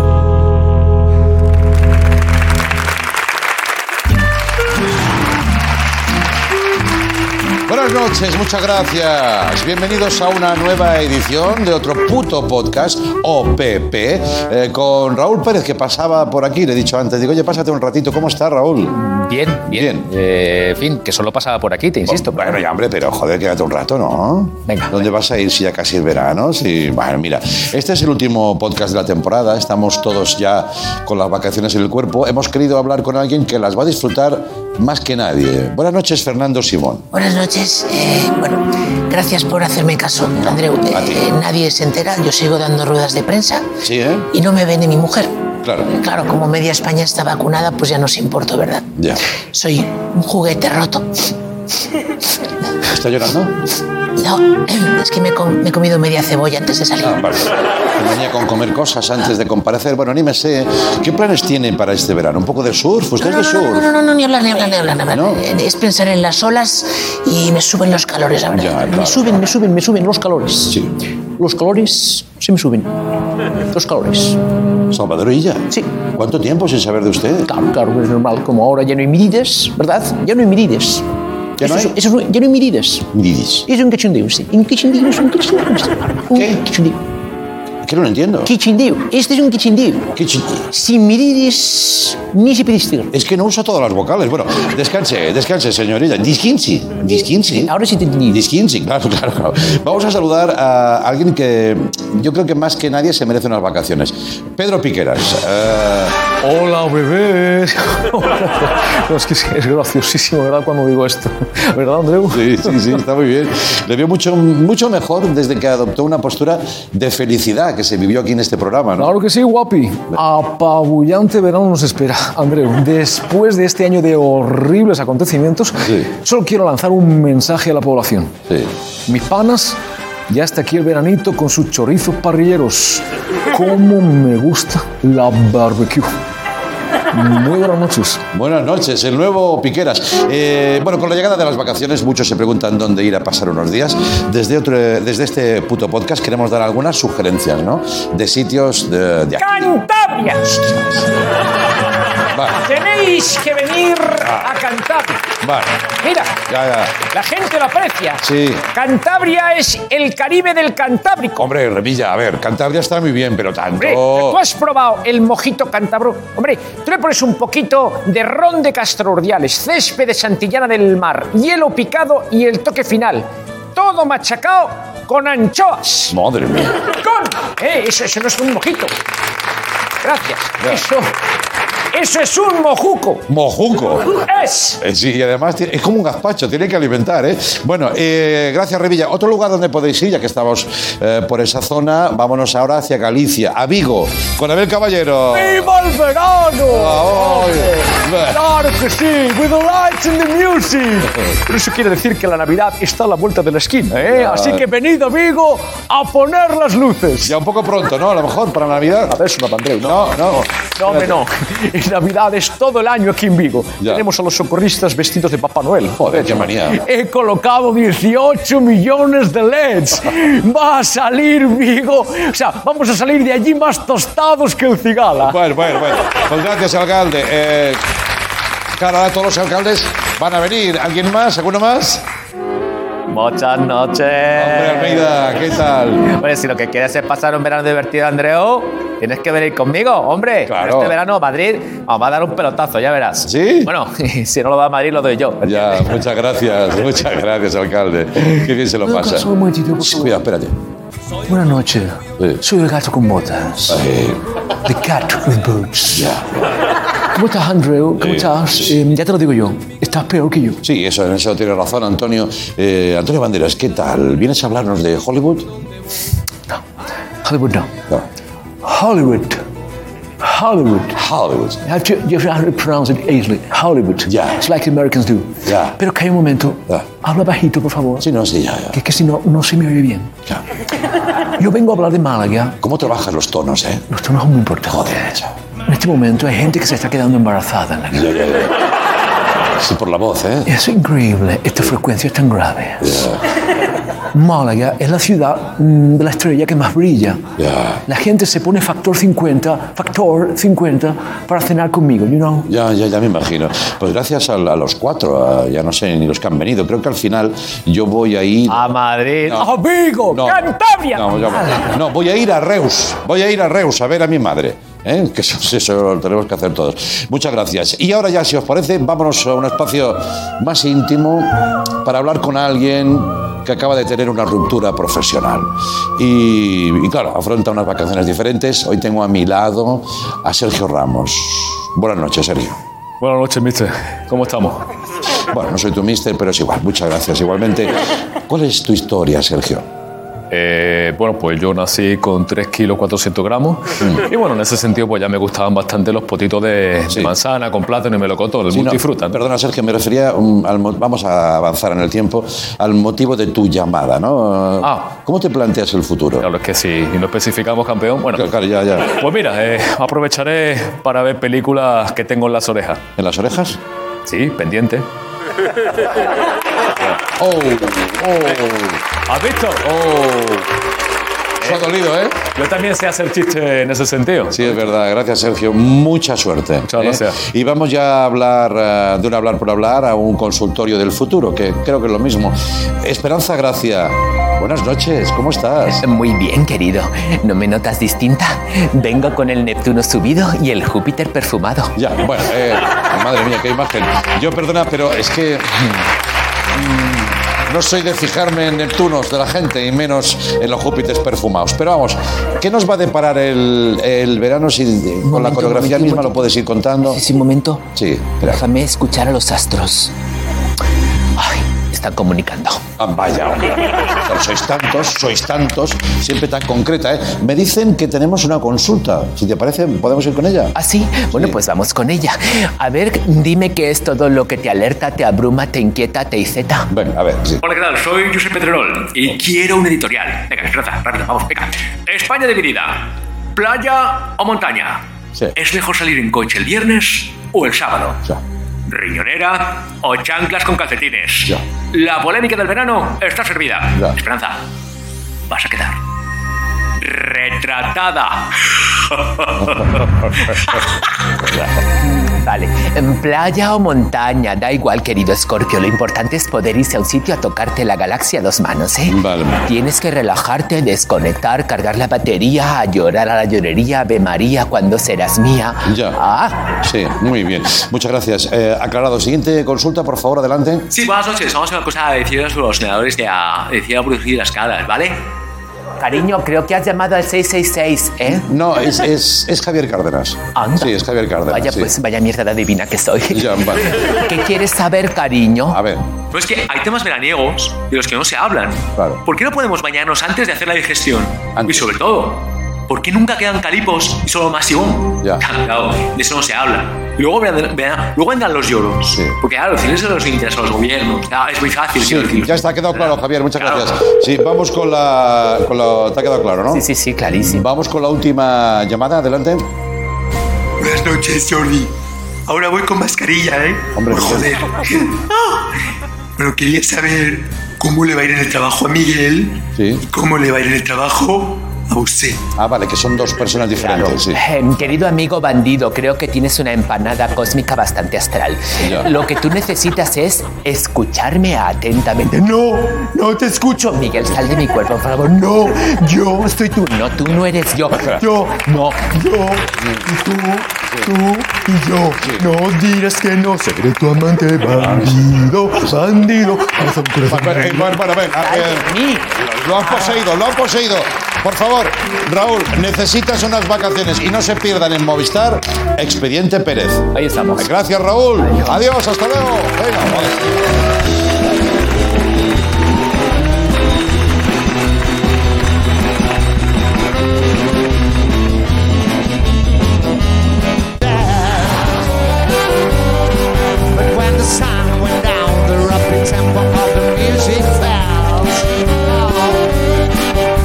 [SPEAKER 1] Buenas noches, muchas gracias. Bienvenidos a una nueva edición de otro puto podcast, OPP, eh, con Raúl Pérez que pasaba por aquí, le he dicho antes. Digo, oye, pásate un ratito, ¿cómo está Raúl?
[SPEAKER 2] Bien, bien.
[SPEAKER 1] Bien.
[SPEAKER 2] Eh, en fin, que solo pasaba por aquí, te insisto.
[SPEAKER 1] Bueno, ya, hombre, pero joder, quédate un rato, ¿no?
[SPEAKER 2] Venga.
[SPEAKER 1] ¿Dónde vas a ir si ya casi es verano? Si... Bueno, mira, este es el último podcast de la temporada. Estamos todos ya con las vacaciones en el cuerpo. Hemos querido hablar con alguien que las va a disfrutar más que nadie. Buenas noches, Fernando Simón.
[SPEAKER 8] Buenas noches. Eh, bueno, gracias por hacerme caso, Andreu.
[SPEAKER 1] a ti.
[SPEAKER 8] Eh, nadie se entera, yo sigo dando ruedas de prensa
[SPEAKER 1] Sí, ¿eh?
[SPEAKER 8] y no me ve ni mi mujer.
[SPEAKER 1] Claro.
[SPEAKER 8] Eh, Claro, como media España está vacunada, pues ya nos importo, ¿verdad?
[SPEAKER 1] Ya.
[SPEAKER 8] Soy un juguete roto.
[SPEAKER 1] ¿Está llorando?
[SPEAKER 8] No, [clears throat] es que me, he com- me he comido media cebolla antes de salir.
[SPEAKER 1] Ah, vale. Venía con comer cosas antes de comparecer. Bueno, anímese. ¿Qué planes tiene para este verano? ¿Un poco de surf? ¿Usted es
[SPEAKER 8] No,
[SPEAKER 1] de
[SPEAKER 8] no, no, no,
[SPEAKER 1] surf?
[SPEAKER 8] no, no, no, ni hablar, ni hablar, ni hablar. ni hablar.
[SPEAKER 1] ¿No?
[SPEAKER 8] Eh, Es pensar en las olas y me suben los calores, la verdad.
[SPEAKER 1] Ya, claro.
[SPEAKER 8] Me suben, me suben, me suben los calores.
[SPEAKER 1] Sí.
[SPEAKER 8] Los calores se me suben. Los calores.
[SPEAKER 1] Salvador Illa.
[SPEAKER 8] Sí.
[SPEAKER 1] ¿Cuánto tiempo sin saber de usted?
[SPEAKER 8] Claro, claro, es normal. Como ahora ya no hay medidas, ¿verdad? Ya no hay medidas.
[SPEAKER 1] ¿Ya no
[SPEAKER 8] Eso es-
[SPEAKER 1] hay?
[SPEAKER 8] eso es un- ya no hay medidas.
[SPEAKER 1] Mididis.
[SPEAKER 8] Es un cachondeo, sí. Un cachondeo, es un cachondeo. sí. Un
[SPEAKER 1] ¿Qué?
[SPEAKER 8] cachondeo.
[SPEAKER 1] Que no lo entiendo.
[SPEAKER 9] Quichindeo. Este es un quichindeo.
[SPEAKER 1] Qué chi-
[SPEAKER 9] Sin medidas ni sin pedir.
[SPEAKER 1] Es que no uso todas las vocales. Bueno, descanse, descanse, señorita. Disquinci. Disquinci.
[SPEAKER 9] Ahora sí te entendí.
[SPEAKER 1] Disquinci, claro, claro, claro. Vamos a saludar a alguien que yo creo que más que nadie se merece unas vacaciones. Pedro Piqueras. Eh,
[SPEAKER 10] Hola, bebés. [laughs] no, es que es es graciosísimo, ¿verdad? Cuando digo esto. [laughs] ¿Verdad, Andreu?
[SPEAKER 1] sí, sí, sí, está muy bien. Le veo mucho, mucho mejor desde que adoptó una postura de felicidad que se vivió aquí en este programa, ¿no?
[SPEAKER 10] Claro que sí, guapi. Apabullante verano nos espera, Andreu. Después de este año de horribles acontecimientos,
[SPEAKER 1] Sí.
[SPEAKER 10] solo quiero lanzar un mensaje a la población.
[SPEAKER 1] Sí.
[SPEAKER 10] Mis panas, ya está aquí el veranito con sus chorizos parrilleros. ¿Cómo me gusta la barbecue? Muy buenas noches.
[SPEAKER 1] Buenas noches, el nuevo Piqueras. Eh, bueno, con la llegada de las vacaciones muchos se preguntan dónde ir a pasar unos días. Desde, otro, desde este puto podcast queremos dar algunas sugerencias, ¿no? De sitios de, de aquí.
[SPEAKER 5] Cantabria.
[SPEAKER 1] Vale,
[SPEAKER 5] Tenéis que venir a Cantabria.
[SPEAKER 1] vale.
[SPEAKER 5] Mira,
[SPEAKER 1] Ya, ya.
[SPEAKER 5] la gente lo aprecia.
[SPEAKER 1] Sí.
[SPEAKER 5] Cantabria es el Caribe del Cantábrico.
[SPEAKER 1] Hombre, Revilla, a ver, Cantabria está muy bien, pero
[SPEAKER 5] Hombre, tú
[SPEAKER 1] tanto...
[SPEAKER 5] has probado el mojito cántabro. Hombre, tú le pones un poquito de ron de castroordiales, césped de Santillana del Mar, hielo picado y el toque final. Todo machacado con anchoas.
[SPEAKER 1] Madre mía.
[SPEAKER 5] Con- Eh, eso, eso no es un mojito. Gracias.
[SPEAKER 1] Ya.
[SPEAKER 5] Eso, eso es un mojuco.
[SPEAKER 1] Mojuco.
[SPEAKER 5] Es.
[SPEAKER 1] Eh, Sí, y además tiene- es como un gazpacho, tiene que alimentar, ¿eh? Bueno, eh, gracias Revilla. Otro lugar donde podéis ir, ya que estamos eh, por esa zona, vámonos ahora hacia Galicia, a Vigo, con Abel Caballero.
[SPEAKER 10] ¡Viva el verano!
[SPEAKER 1] Ay, bueno.
[SPEAKER 10] ¡Claro que sí! ¡With the lights and the [laughs] music! Pero eso quiere decir que la Navidad está a la vuelta de la esquina, ¿eh? Así que venid, amigo, a poner las luces.
[SPEAKER 1] Ya un poco pronto, ¿no? A lo mejor para Navidad.
[SPEAKER 10] A ver, es una pandreu, ¿no?
[SPEAKER 1] No, no.
[SPEAKER 10] No, hombre, no. En [laughs] Navidad es todo el año aquí en Vigo.
[SPEAKER 1] Ya.
[SPEAKER 10] Tenemos a los socorristas vestidos de Papá Noel.
[SPEAKER 1] Joder, qué manía.
[SPEAKER 10] He colocado 18 millones de LEDs. Va a salir Vigo. O sea, vamos a salir de allí más tostados que el cigala.
[SPEAKER 1] Bueno, bueno, bueno. Pues gracias, alcalde. Eh, claro, ahora todos los alcaldes van a venir. ¿Alguien más? ¿Alguno más?
[SPEAKER 7] Muchas noches.
[SPEAKER 1] Hombre, Almeida, ¿qué tal?
[SPEAKER 7] Hombre, si lo que quieres es pasar un verano divertido, Andreu, tienes que venir conmigo, hombre.
[SPEAKER 1] Claro.
[SPEAKER 7] Este verano Madrid vamos va a dar un pelotazo, ya verás.
[SPEAKER 1] ¿Sí?
[SPEAKER 7] Bueno, [laughs] si no lo da Madrid, lo doy yo.
[SPEAKER 1] Ya, muchas gracias, muchas gracias, alcalde. Qué bien se lo pasa.
[SPEAKER 9] Un momentito, por
[SPEAKER 1] Shh,
[SPEAKER 9] favor.
[SPEAKER 1] Cuidado, espérate.
[SPEAKER 9] Buenas noches.
[SPEAKER 1] Sí.
[SPEAKER 9] Soy el gato con botas.
[SPEAKER 1] Eh,
[SPEAKER 9] The cat with boots. ¿Cómo estás, Andrew? ¿Cómo estás? Eh, ya te lo digo yo. Estás peor que yo.
[SPEAKER 1] sí, eso, en eso tiene razón, Antonio. Eh, Antonio Banderas, ¿qué tal? ¿Vienes a hablarnos de Hollywood?
[SPEAKER 9] Hollywood no.
[SPEAKER 1] No.
[SPEAKER 9] Hollywood. Hollywood.
[SPEAKER 1] Hollywood.
[SPEAKER 9] You have to, you have to pronounce it easily. Hollywood.
[SPEAKER 1] Ya.
[SPEAKER 9] It's like the Americans do.
[SPEAKER 1] Ya.
[SPEAKER 9] Pero que hay un momento.
[SPEAKER 1] Ya.
[SPEAKER 9] Habla bajito, por favor.
[SPEAKER 1] Sí, no, sí, ya, ya.
[SPEAKER 9] Que es que si no, no se me oye bien.
[SPEAKER 1] ya.
[SPEAKER 9] Yo vengo a hablar de Málaga.
[SPEAKER 1] ¿Cómo trabajas los tonos, eh?
[SPEAKER 9] Los tonos son muy importantes.
[SPEAKER 1] Joder, macho.
[SPEAKER 9] En este momento hay gente que se está quedando embarazada en la calle.
[SPEAKER 1] Ya, ya, ya. Sí, por la voz, ¿eh?
[SPEAKER 9] Es increíble. Esta frecuencia es tan grave. Málaga es la ciudad mm, de la estrella que más brilla.
[SPEAKER 1] Ya.
[SPEAKER 9] La gente se pone factor 50, factor 50 para cenar conmigo, you know.
[SPEAKER 1] Ya, ya, ya me imagino. Pues gracias al- a, los cuatro, a- ya no sé ni los que han venido. Creo que al final yo voy a ir.
[SPEAKER 7] A Madrid.
[SPEAKER 1] No.
[SPEAKER 10] ¡Amigo!
[SPEAKER 1] No.
[SPEAKER 5] Cantabria.
[SPEAKER 1] No, ya voy. No, voy a ir a Reus. Voy a ir a Reus a ver a mi madre. ¿eh? Que eso, [laughs] sí, eso lo tenemos que hacer todos. Muchas gracias. Y ahora ya, si os parece, vámonos a un espacio más íntimo para hablar con alguien que acaba de tener una ruptura profesional. Y, y claro, afronta unas vacaciones diferentes. Hoy tengo a mi lado a Sergio Ramos. Buenas noches, Sergio.
[SPEAKER 10] Buenas noches, mister. ¿Cómo estamos?
[SPEAKER 1] Bueno, no soy tu mister, pero es igual. Muchas gracias. Igualmente, ¿cuál es tu historia, Sergio?
[SPEAKER 10] Eh, bueno, pues yo nací con 3 kilos 400 gramos
[SPEAKER 1] Mm.
[SPEAKER 10] y bueno, en ese sentido pues ya me gustaban bastante los potitos de, de
[SPEAKER 1] Sí.
[SPEAKER 10] manzana con plátano y melocotón, el
[SPEAKER 1] Sí, no,
[SPEAKER 10] multifruta. ¿no?
[SPEAKER 1] Perdona, Sergio, me refería, mm, al mo- vamos a avanzar en el tiempo, al motivo de tu llamada, ¿no?
[SPEAKER 10] Ah.
[SPEAKER 1] ¿Cómo te planteas el futuro?
[SPEAKER 10] Claro, es que si no especificamos campeón, bueno.
[SPEAKER 1] Claro, claro, ya, ya.
[SPEAKER 10] Pues mira, eh, aprovecharé para ver películas que tengo en las orejas.
[SPEAKER 1] ¿En las orejas?
[SPEAKER 10] Sí, pendiente.
[SPEAKER 1] ¡Oh! ¡Oh!
[SPEAKER 10] ¿Has visto?
[SPEAKER 1] ¡Oh! Eso ha dolido, ¿eh?
[SPEAKER 11] Yo también sé hacer chiste en ese sentido.
[SPEAKER 1] Sí, es verdad. Gracias, Sergio. Mucha suerte. ¿eh?
[SPEAKER 11] Muchas gracias.
[SPEAKER 1] Y vamos ya a hablar, eh, de un hablar por hablar, a un consultorio del futuro, que creo que es lo mismo. Esperanza Gracia, buenas noches. ¿Cómo estás?
[SPEAKER 7] Muy bien, querido. ¿No me notas distinta? Vengo con el Neptuno subido y el Júpiter perfumado.
[SPEAKER 1] Ya, bueno, eh, madre mía, qué imagen. Yo perdona, pero es que mm, no soy de fijarme en Neptunos de la gente y menos en los Júpiters perfumados. Pero vamos, ¿qué nos va a deparar el, el verano si con la
[SPEAKER 7] Momento,
[SPEAKER 1] coreografía
[SPEAKER 7] momento,
[SPEAKER 1] misma
[SPEAKER 7] momento.
[SPEAKER 1] lo puedes ir contando?
[SPEAKER 7] Sí, sí, un momento.
[SPEAKER 1] Sí, espera.
[SPEAKER 7] Déjame escuchar a los astros. Ay, están comunicando.
[SPEAKER 1] Ah, vaya, hombre. Pero sois tantos, sois tantos, siempre tan concreta, ¿eh? Me dicen que tenemos una consulta. Si te parece, podemos ir con ella.
[SPEAKER 7] ¿Ah, sí? Bueno, pues vamos con ella. A ver, dime qué es todo lo que te alerta, te abruma, te inquieta, te izeta.
[SPEAKER 1] Venga, a ver, sí.
[SPEAKER 10] Hola, ¿qué tal? Soy Josep Pedrerol
[SPEAKER 1] Oh.
[SPEAKER 10] y quiero un editorial. Venga, trata, rápido, vamos, venga. España dividida. ¿Playa o montaña?
[SPEAKER 1] Sí.
[SPEAKER 10] ¿Es mejor salir en coche el viernes o el sábado?
[SPEAKER 1] Ya.
[SPEAKER 10] ¿Riñonera o chanclas con calcetines?
[SPEAKER 1] Ya.
[SPEAKER 10] La polémica del verano está servida.
[SPEAKER 1] Ya.
[SPEAKER 10] Esperanza, vas a quedar
[SPEAKER 1] [laughs]
[SPEAKER 10] retratada.
[SPEAKER 7] Vale, en playa o montaña, da igual, querido Escorpio. Lo importante es poder irse a un sitio a tocarte la galaxia a dos manos, ¿eh?
[SPEAKER 1] Vale.
[SPEAKER 7] Tienes que relajarte, desconectar, cargar la batería, a llorar a la llorería, Ave María, cuando serás mía.
[SPEAKER 1] Ya.
[SPEAKER 7] Ah,
[SPEAKER 1] Sí, muy bien. Muchas gracias. Eh, aclarado. Siguiente consulta, por favor, adelante.
[SPEAKER 10] Sí, buenas noches. Vamos a una cosa a deciros sobre los senadores de a, de Ciudad producir las caras, ¿vale?
[SPEAKER 7] cariño, creo que has llamado al 666, ¿eh?
[SPEAKER 1] No, es, es, es Javier Cárdenas.
[SPEAKER 7] Anda.
[SPEAKER 1] Sí, es Javier Cárdenas.
[SPEAKER 7] Vaya,
[SPEAKER 1] sí.
[SPEAKER 7] pues, vaya mierda de adivina que soy.
[SPEAKER 1] Ya, vale.
[SPEAKER 7] ¿Qué quieres saber, cariño?
[SPEAKER 1] A ver,
[SPEAKER 10] Pero es que hay temas veraniegos de los que no se hablan.
[SPEAKER 1] Claro.
[SPEAKER 10] ¿Por qué no podemos bañarnos antes de hacer la digestión?
[SPEAKER 1] Antes.
[SPEAKER 10] Y sobre todo, ¿por qué nunca quedan calipos y solo masivón?
[SPEAKER 1] Ya.
[SPEAKER 10] [laughs] Claro, de eso no se habla. Y luego, vendrán- vendrán- luego vendrán los lloros.
[SPEAKER 1] Sí.
[SPEAKER 10] Porque claro, tienes los intereses a los gobiernos. Ah, Es muy fácil. quiero
[SPEAKER 1] sí,
[SPEAKER 10] decir.
[SPEAKER 1] ya está quedado claro, Javier. Muchas
[SPEAKER 10] Claro.
[SPEAKER 1] gracias. Sí, vamos con la, con la- Te ha quedado claro, ¿no?
[SPEAKER 7] Sí, sí, sí, clarísimo.
[SPEAKER 1] Vamos con la última llamada, adelante.
[SPEAKER 12] Buenas noches, Jordi. Ahora voy con mascarilla, ¿eh?
[SPEAKER 1] Hombre,
[SPEAKER 12] Por
[SPEAKER 1] sí.
[SPEAKER 12] joder. Ah. Pero quería saber cómo le va a ir en el trabajo a Miguel
[SPEAKER 1] Sí.
[SPEAKER 12] y cómo le va a ir en el trabajo a usted.
[SPEAKER 1] Ah, vale, que son dos personas diferentes, sí.
[SPEAKER 7] Em, Querido amigo bandido, creo que tienes una empanada cósmica bastante astral.
[SPEAKER 1] Ya.
[SPEAKER 7] Lo que tú necesitas es escucharme atentamente. No, no te escucho. Miguel, sal de mi cuerpo, por favor. No, yo soy tú. No, tú no
[SPEAKER 1] [laughs]
[SPEAKER 7] eres yo. Yo, no, yo.
[SPEAKER 12] Y tú, tú y yo. No dirás que no seré tu amante, bandido, bandido. Vamos a un corazón
[SPEAKER 1] Bueno, eh, bueno, bueno, ven, a ver.
[SPEAKER 7] Ay, mí.
[SPEAKER 1] Lo han poseído, lo han poseído. Por favor, Raúl, necesitas unas vacaciones y no se pierdan en Movistar Expediente Pérez.
[SPEAKER 7] Ahí estamos.
[SPEAKER 1] Gracias, Raúl. Adiós, hasta luego. Venga, vale.
[SPEAKER 13] But when the sun went down, the rapid tempo of the music fell. Oh,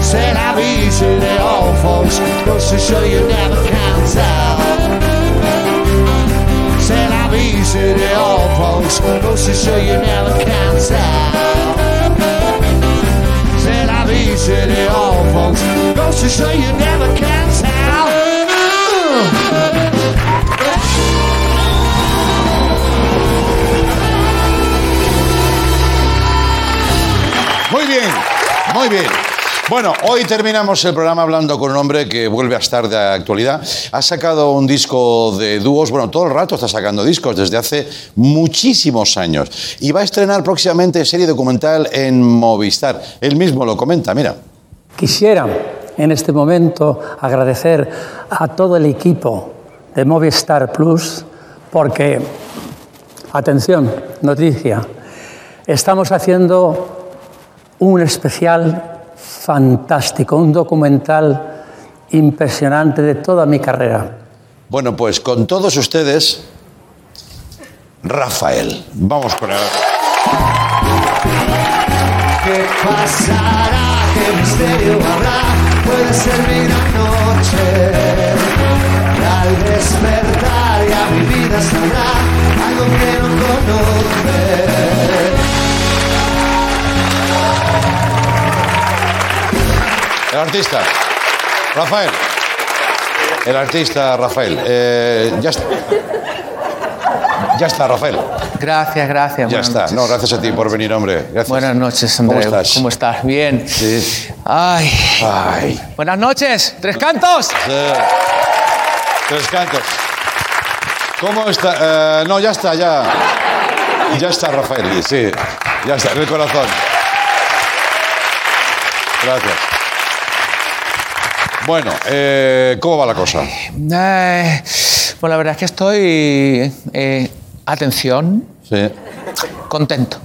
[SPEAKER 13] said how easy they all folks goes to show you never can tell. Said how easy they all folks goes to show you never can tell. Said how easy they all folks goes to show you never can tell.
[SPEAKER 1] Muy bien, muy bien. Bueno, hoy terminamos el programa hablando con un hombre que vuelve a estar de actualidad. Ha sacado un disco de dúos, bueno, todo el rato está sacando discos desde hace muchísimos años. Y va a estrenar próximamente serie documental en Movistar. Él mismo lo comenta, mira.
[SPEAKER 14] Quisiera en este momento agradecer a todo el equipo de Movistar Plus porque, atención, noticia, estamos haciendo un especial fantástico, un documental impresionante de toda mi carrera.
[SPEAKER 1] Bueno, pues con todos ustedes, Rafael. Vamos con él.
[SPEAKER 13] ¿Qué pasará? ¿Qué misterio habrá? Puede ser mi gran noche. Al despertar ya mi vida sabrá algo que no conoce.
[SPEAKER 1] Has artista. Rafael. El artista Rafael. Eh, ya está. Ya está, Rafael.
[SPEAKER 15] Gracias, gracias.
[SPEAKER 1] Ya
[SPEAKER 15] buenas
[SPEAKER 1] está.
[SPEAKER 15] noches.
[SPEAKER 1] No, gracias a ti por venir, hombre. Gracias.
[SPEAKER 15] Buenas noches,
[SPEAKER 1] ¿Cómo
[SPEAKER 15] Andreu.
[SPEAKER 1] estás?
[SPEAKER 15] ¿Cómo estás? Bien.
[SPEAKER 1] Sí.
[SPEAKER 15] Ay.
[SPEAKER 1] Ay.
[SPEAKER 15] Buenas noches. Tres cantos.
[SPEAKER 1] Tres cantos. ¿Cómo está? Eh, no, ya está, ya. Ya está, Rafael. Sí, ya está, en el corazón. Gracias. Bueno, eh, ¿cómo va la cosa?
[SPEAKER 15] Ay, Bueno, la verdad es que estoy. eh, atención.
[SPEAKER 1] Sí.
[SPEAKER 15] Contento.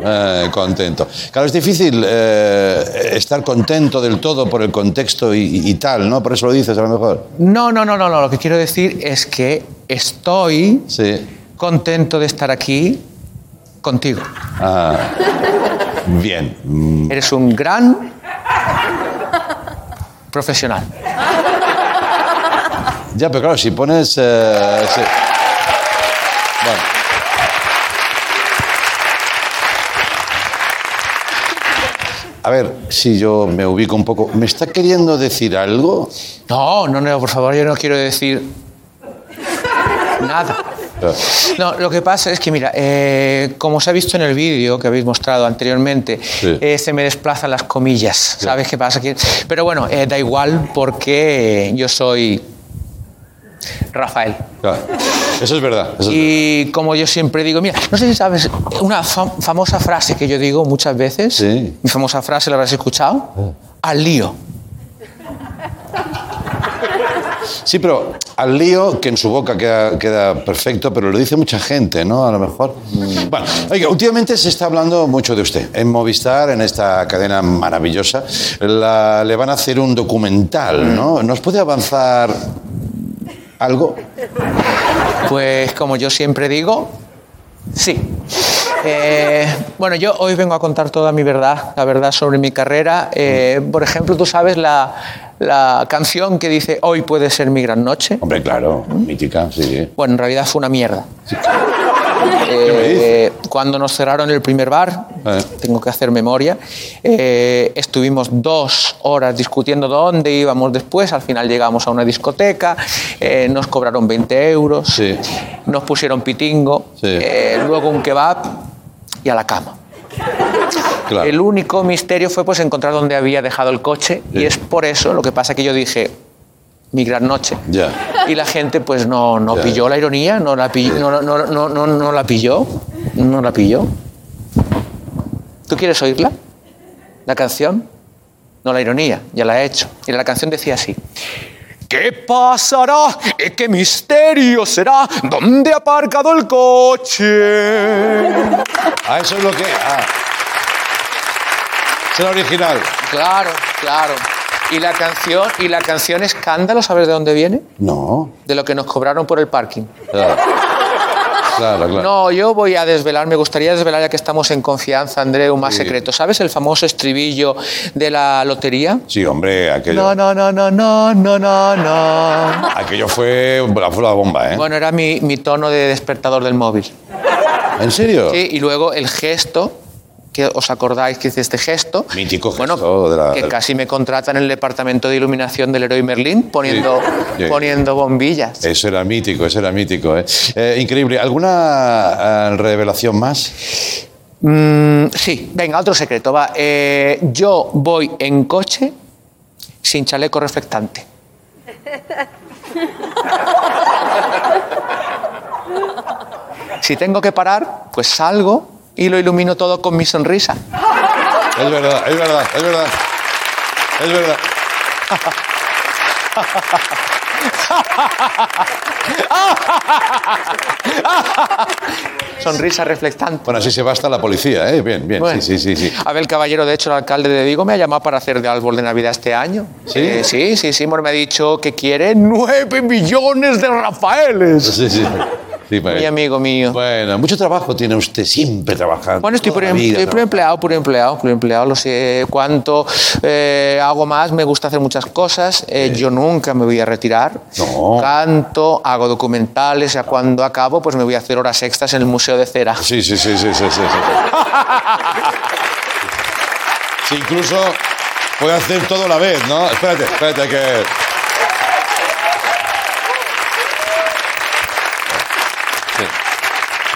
[SPEAKER 1] Eh, contento. Claro, es difícil eh, estar contento del todo por el contexto y, y- y tal, ¿no? Por eso lo dices a lo mejor.
[SPEAKER 15] No, no, no, no, no. Lo que quiero decir es que estoy
[SPEAKER 1] Sí.
[SPEAKER 15] contento de estar aquí contigo.
[SPEAKER 1] Ah, bien. Mm,
[SPEAKER 15] Eres un gran profesional.
[SPEAKER 1] Ya, pero claro, si pones. eh, sí. Bueno. A ver, si yo me ubico un poco. ¿Me está queriendo decir algo?
[SPEAKER 15] No, no, no, por favor, yo no quiero decir nada. No, lo que pasa es que, mira, eh, como se ha visto en el vídeo que habéis mostrado anteriormente, eh, se me desplazan las comillas. ¿Sabes qué pasa? Que- Pero bueno, eh, da igual porque yo soy Rafael.
[SPEAKER 1] Claro. Eso es verdad. eso es
[SPEAKER 15] y como yo siempre digo, mira, no sé si sabes una fam- famosa frase que yo digo muchas veces. Mi famosa frase, ¿la habrás escuchado?
[SPEAKER 1] Ah.
[SPEAKER 15] Al lío.
[SPEAKER 1] Sí, pero al lío, que en su boca queda, queda perfecto, pero lo dice mucha gente, ¿no? A lo mejor. Mm. Bueno, oiga, últimamente se está hablando mucho de usted. En Movistar, en esta cadena maravillosa, la- le van a hacer un documental, ¿no? ¿Nos puede avanzar algo?
[SPEAKER 15] Pues como yo siempre digo, sí. Eh, bueno, yo hoy vengo a contar toda mi verdad, la verdad sobre mi carrera. Eh, por ejemplo, tú sabes la, la canción que dice Hoy puede ser mi gran noche. ¿Mm?
[SPEAKER 1] Hombre, claro, mítica, sí.
[SPEAKER 15] Bueno, en realidad fue una mierda.
[SPEAKER 1] me
[SPEAKER 15] Eh, cuando nos cerraron el primer bar, tengo que hacer memoria, eh, estuvimos dos horas discutiendo dónde íbamos después, al final llegamos a una discoteca, eh, nos cobraron 20 euros, nos pusieron pitingo, eh, luego un kebab y a la cama. El único misterio fue pues encontrar dónde había dejado el coche y es por eso lo que pasa que yo dije mi gran noche
[SPEAKER 1] Ya.
[SPEAKER 15] y la gente pues no, no
[SPEAKER 1] Ya.
[SPEAKER 15] pilló la ironía, no la pilló, no, no, no, no, no la pilló, no la pilló. ¿Tú quieres oírla? La canción, no la ironía, ya la he hecho. Y la canción decía así. ¿Qué pasará? ¿Eh, ¿Qué misterio será? ¿Dónde ha aparcado el coche?
[SPEAKER 1] Ah, eso es lo que. Ah. Es el original.
[SPEAKER 15] Claro, claro. Y la canción, y la canción Escándalo, ¿sabes de dónde viene?
[SPEAKER 1] No.
[SPEAKER 15] De lo que nos cobraron por el parking.
[SPEAKER 1] Claro, claro. claro.
[SPEAKER 15] No, yo voy a desvelar, me gustaría desvelar ya que estamos en confianza, Andreu, más secreto. ¿Sabes el famoso estribillo de la lotería?
[SPEAKER 1] Sí, hombre, aquello,
[SPEAKER 15] No, no, no, no, no, no, no, no.
[SPEAKER 1] aquello fue, la, fue la bomba, ¿eh?
[SPEAKER 15] Bueno, era mi, mi tono de despertador del móvil.
[SPEAKER 1] ¿En serio?
[SPEAKER 15] Sí, y luego el gesto, que os acordáis que hice este gesto,
[SPEAKER 1] Mítico gesto de la-
[SPEAKER 15] que casi me contratan en el departamento de iluminación del Héroe Merlín poniendo,
[SPEAKER 1] Sí.
[SPEAKER 15] poniendo bombillas.
[SPEAKER 1] Eso era mítico, eso era mítico. ¿eh? Eh, increíble. ¿Alguna eh, revelación más?
[SPEAKER 15] Mm, sí, venga, otro secreto. Va. Eh, yo voy en coche sin chaleco reflectante. Si tengo que parar, pues salgo y lo ilumino todo con mi sonrisa.
[SPEAKER 1] Es verdad, es
[SPEAKER 15] [laughs]
[SPEAKER 1] verdad, es verdad. Es verdad.
[SPEAKER 15] Sonrisa reflectante.
[SPEAKER 1] Bueno, así se va hasta la policía, ¿eh? Bien, bien.
[SPEAKER 15] Bueno.
[SPEAKER 1] Sí, sí, sí, sí.
[SPEAKER 15] Abel Caballero, de hecho, el alcalde de Vigo me ha llamado para hacer de árbol de Navidad este año.
[SPEAKER 1] ¿Sí?
[SPEAKER 15] Eh, sí, sí, sí, bueno, me ha dicho que quiere nueve millones de Rafaeles.
[SPEAKER 1] Sí, sí. Sí, pues.
[SPEAKER 15] Muy amigo mío.
[SPEAKER 1] Bueno, mucho trabajo tiene usted, siempre trabajando.
[SPEAKER 15] Bueno, estoy
[SPEAKER 1] toda
[SPEAKER 15] puro,
[SPEAKER 1] la vida
[SPEAKER 15] estoy puro
[SPEAKER 1] trabajando.
[SPEAKER 15] Em, empleado, puro empleado, puro empleado. Lo sé cuánto eh, hago más, me gusta hacer muchas cosas. eh, Yo nunca me voy a retirar. Canto, hago documentales, ya cuando acabo, pues me voy a hacer horas extras en el Museo de Cera.
[SPEAKER 1] Sí, sí, sí, sí, sí, sí. sí. Sí, incluso Puede hacer todo a la vez, ¿no? Espérate, espérate, que. Sí.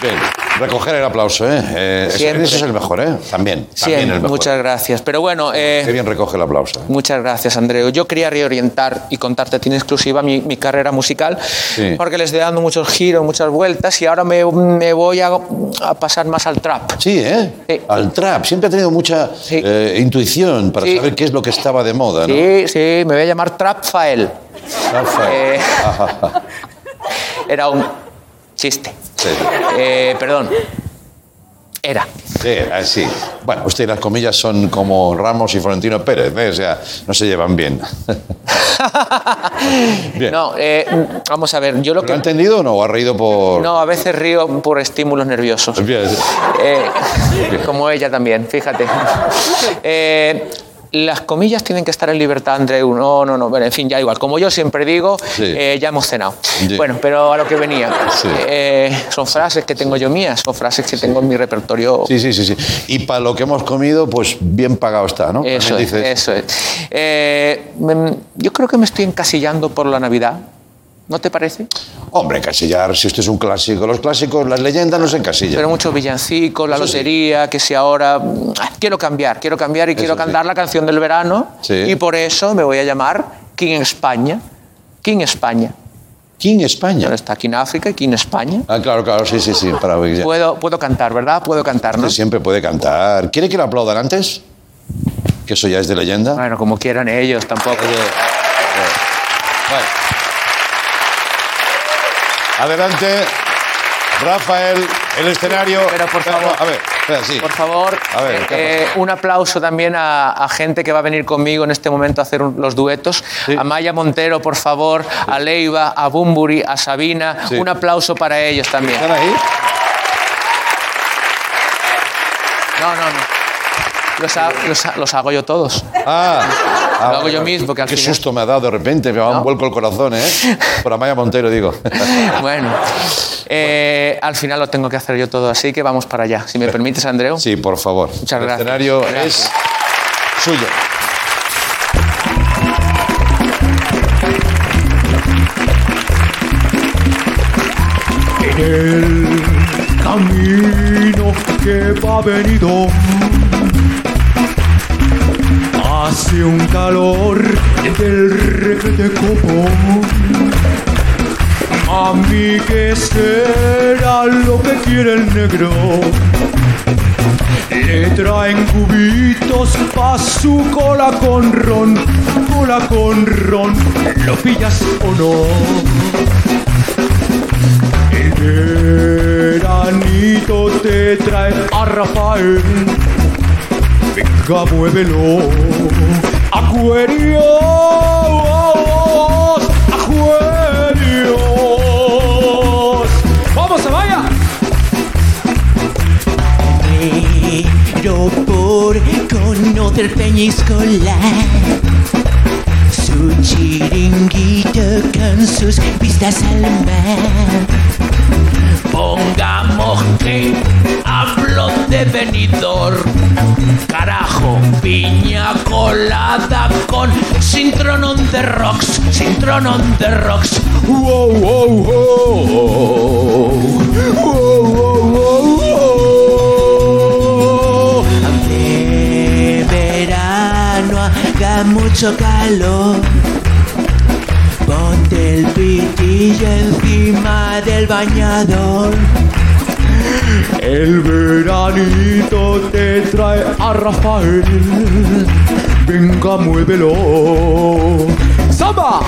[SPEAKER 1] Bien, recoger el aplauso, ¿eh? Eh, eso,
[SPEAKER 15] Siempre.
[SPEAKER 1] eso es el mejor, ¿eh? También, también
[SPEAKER 15] Siempre,
[SPEAKER 1] el mejor.
[SPEAKER 15] muchas gracias. Pero bueno, eh,
[SPEAKER 1] Qué bien recoge el aplauso. ¿eh?
[SPEAKER 15] Muchas gracias, Andreu. Yo quería reorientar y contarte a ti en exclusiva mi, mi carrera musical,
[SPEAKER 1] Sí.
[SPEAKER 15] porque le estoy dando muchos giros, muchas vueltas, y ahora me, me voy a, a pasar más al trap.
[SPEAKER 1] Sí, ¿eh? Al trap. Siempre ha tenido mucha eh, intuición para saber qué es lo que estaba de moda, ¿no?
[SPEAKER 15] Sí, sí, me voy a llamar Trapfael.
[SPEAKER 1] Trapfael.
[SPEAKER 15] Eh,
[SPEAKER 1] Ajá.
[SPEAKER 15] era un chiste.
[SPEAKER 1] [laughs] Sí.
[SPEAKER 15] Eh, perdón. Era.
[SPEAKER 1] Sí, así. Bueno, usted y las comillas son como Ramos y Florentino Pérez, ¿eh? O sea, no se llevan bien.
[SPEAKER 15] [laughs] No, eh, vamos a ver, yo lo
[SPEAKER 1] ¿Lo ha entendido o no? ¿O ha reído
[SPEAKER 15] que...
[SPEAKER 1] por...?
[SPEAKER 15] No, a veces río por estímulos nerviosos.
[SPEAKER 1] Bien.
[SPEAKER 15] Eh, como ella también, fíjate. Eh, las comillas tienen que estar en libertad, Andreu. No, no, no. Bueno, en fin, ya igual. Como yo siempre digo, eh, ya hemos cenado.
[SPEAKER 1] Sí.
[SPEAKER 15] Bueno, pero a lo que venía.
[SPEAKER 1] Sí.
[SPEAKER 15] Eh, son frases que tengo yo mías, son frases que tengo en mi repertorio.
[SPEAKER 1] Sí, sí, sí, sí. Y para lo que hemos comido, pues bien pagado está, ¿no?
[SPEAKER 15] Eso
[SPEAKER 1] También
[SPEAKER 15] es, eso es. Eh, me- yo creo que me estoy encasillando por la Navidad. ¿No te parece?
[SPEAKER 1] Hombre, encasillar, si usted es un clásico. Los clásicos, las leyendas no se encasillan.
[SPEAKER 15] Pero muchos villancicos, la
[SPEAKER 1] Eso sí.
[SPEAKER 15] lotería, que si ahora mm, ah, quiero cambiar, quiero cambiar y quiero cantar la canción del verano.
[SPEAKER 1] Sí.
[SPEAKER 15] Y por eso me voy a llamar King España. King España.
[SPEAKER 1] King España.
[SPEAKER 15] Ahora está King África y King España.
[SPEAKER 1] Ah, claro, claro, sí, sí, sí. Para... Usted
[SPEAKER 15] Puedo, puedo cantar, ¿verdad? Puedo cantar, ¿no?
[SPEAKER 1] siempre puede cantar. ¿Quiere que lo aplaudan antes? Que eso ya es de leyenda.
[SPEAKER 15] Bueno, como quieran ellos, tampoco.
[SPEAKER 1] Bueno. Adelante, Rafael, el escenario. Pero por favor. A ver, espera, sí.
[SPEAKER 15] Por favor,
[SPEAKER 1] A ver, ¿qué
[SPEAKER 15] eh, un aplauso también a, a gente que va a venir conmigo en este momento a hacer un- los duetos. A Maya Montero, por favor, a Leiva, a Bumburi, a Sabina.
[SPEAKER 1] Sí.
[SPEAKER 15] Un aplauso para ellos también.
[SPEAKER 1] ¿Están ahí?
[SPEAKER 15] No, no, no. Los, ha- los ha- los hago yo todos.
[SPEAKER 1] Ah, ah,
[SPEAKER 15] Lo hago
[SPEAKER 1] vale,
[SPEAKER 15] yo
[SPEAKER 1] vale.
[SPEAKER 15] mismo, que al
[SPEAKER 1] Qué
[SPEAKER 15] final-
[SPEAKER 1] susto me ha dado de repente, me ha dado un vuelco el corazón, ¿eh? Por Amaya Montero, digo.
[SPEAKER 15] [laughs] Bueno, eh, al final lo tengo que hacer yo todo, así que vamos para allá. Si
[SPEAKER 1] [laughs]
[SPEAKER 15] me permites, Andreu.
[SPEAKER 1] Sí, por favor.
[SPEAKER 15] Muchas
[SPEAKER 1] El
[SPEAKER 15] gracias.
[SPEAKER 1] escenario
[SPEAKER 15] Gracias.
[SPEAKER 1] es suyo.
[SPEAKER 12] En el camino que va venido hace un calor del requete como a mí que será lo que quiere el negro le traen cubitos pa' su cola con ron cola con ron lo pillas o no el veranito te trae a Rafael. Venga, muévelo. Acuarios, acuarios. ¡Vamos, vaya!
[SPEAKER 16] Pero por conocer Peñíscola Su chiringuito con sus vistas al mar
[SPEAKER 17] Pongamos que hablo de venidor. Carajo, piña colada con Sintron on the rocks, Sintron on the rocks. Wow, wow, wow. Wow, wow, wow, wow.
[SPEAKER 16] De verano haga mucho calor Ponte el pitillo encima del bañador
[SPEAKER 12] El veranito te trae a Rafael. Venga, muévelo. ¡Samba!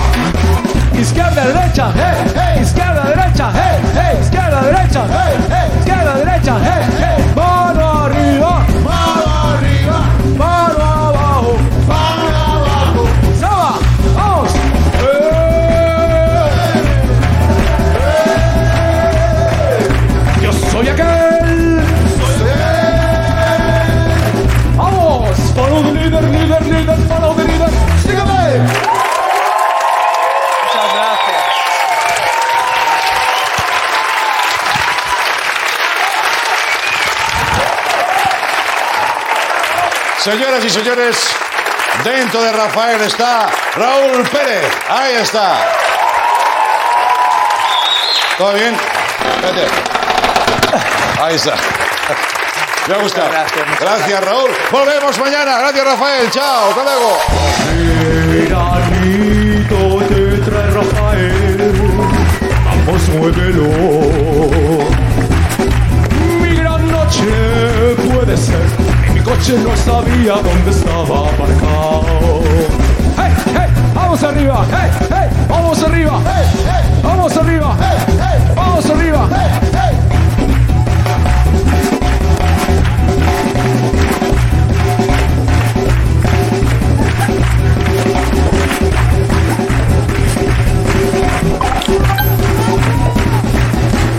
[SPEAKER 17] Izquierda, derecha, hey, hey, izquierda, derecha, hey, hey, izquierda, derecha, hey, hey, izquierda, derecha, hey, hey, mano arriba, mano arriba, mano abajo, mano abajo, Saba, vamos,
[SPEAKER 12] Yo soy aquel.
[SPEAKER 17] vamos, follow the leader, leader, leader, follow the leader, sígame. Muchas gracias.
[SPEAKER 1] Señoras y señores, Dentro de Rafael está Raúl Pérez. Ahí está. ¿Todo bien? Vete. Ahí está. Me ha gustado. Gracias, Raúl. Volvemos mañana. Gracias, Rafael. Chao. Hasta luego.
[SPEAKER 12] Veranito te trae Rafael, vamos muévelo. Mi gran noche puede ser, y mi coche no sabía dónde estaba aparcado. ¡Hey, hey! ¡Vamos arriba! ¡Hey, hey! ¡Vamos arriba! ¡Hey, hey! ¡Vamos arriba! ¡Hey, hey! ¡Vamos arriba! ¡Hey,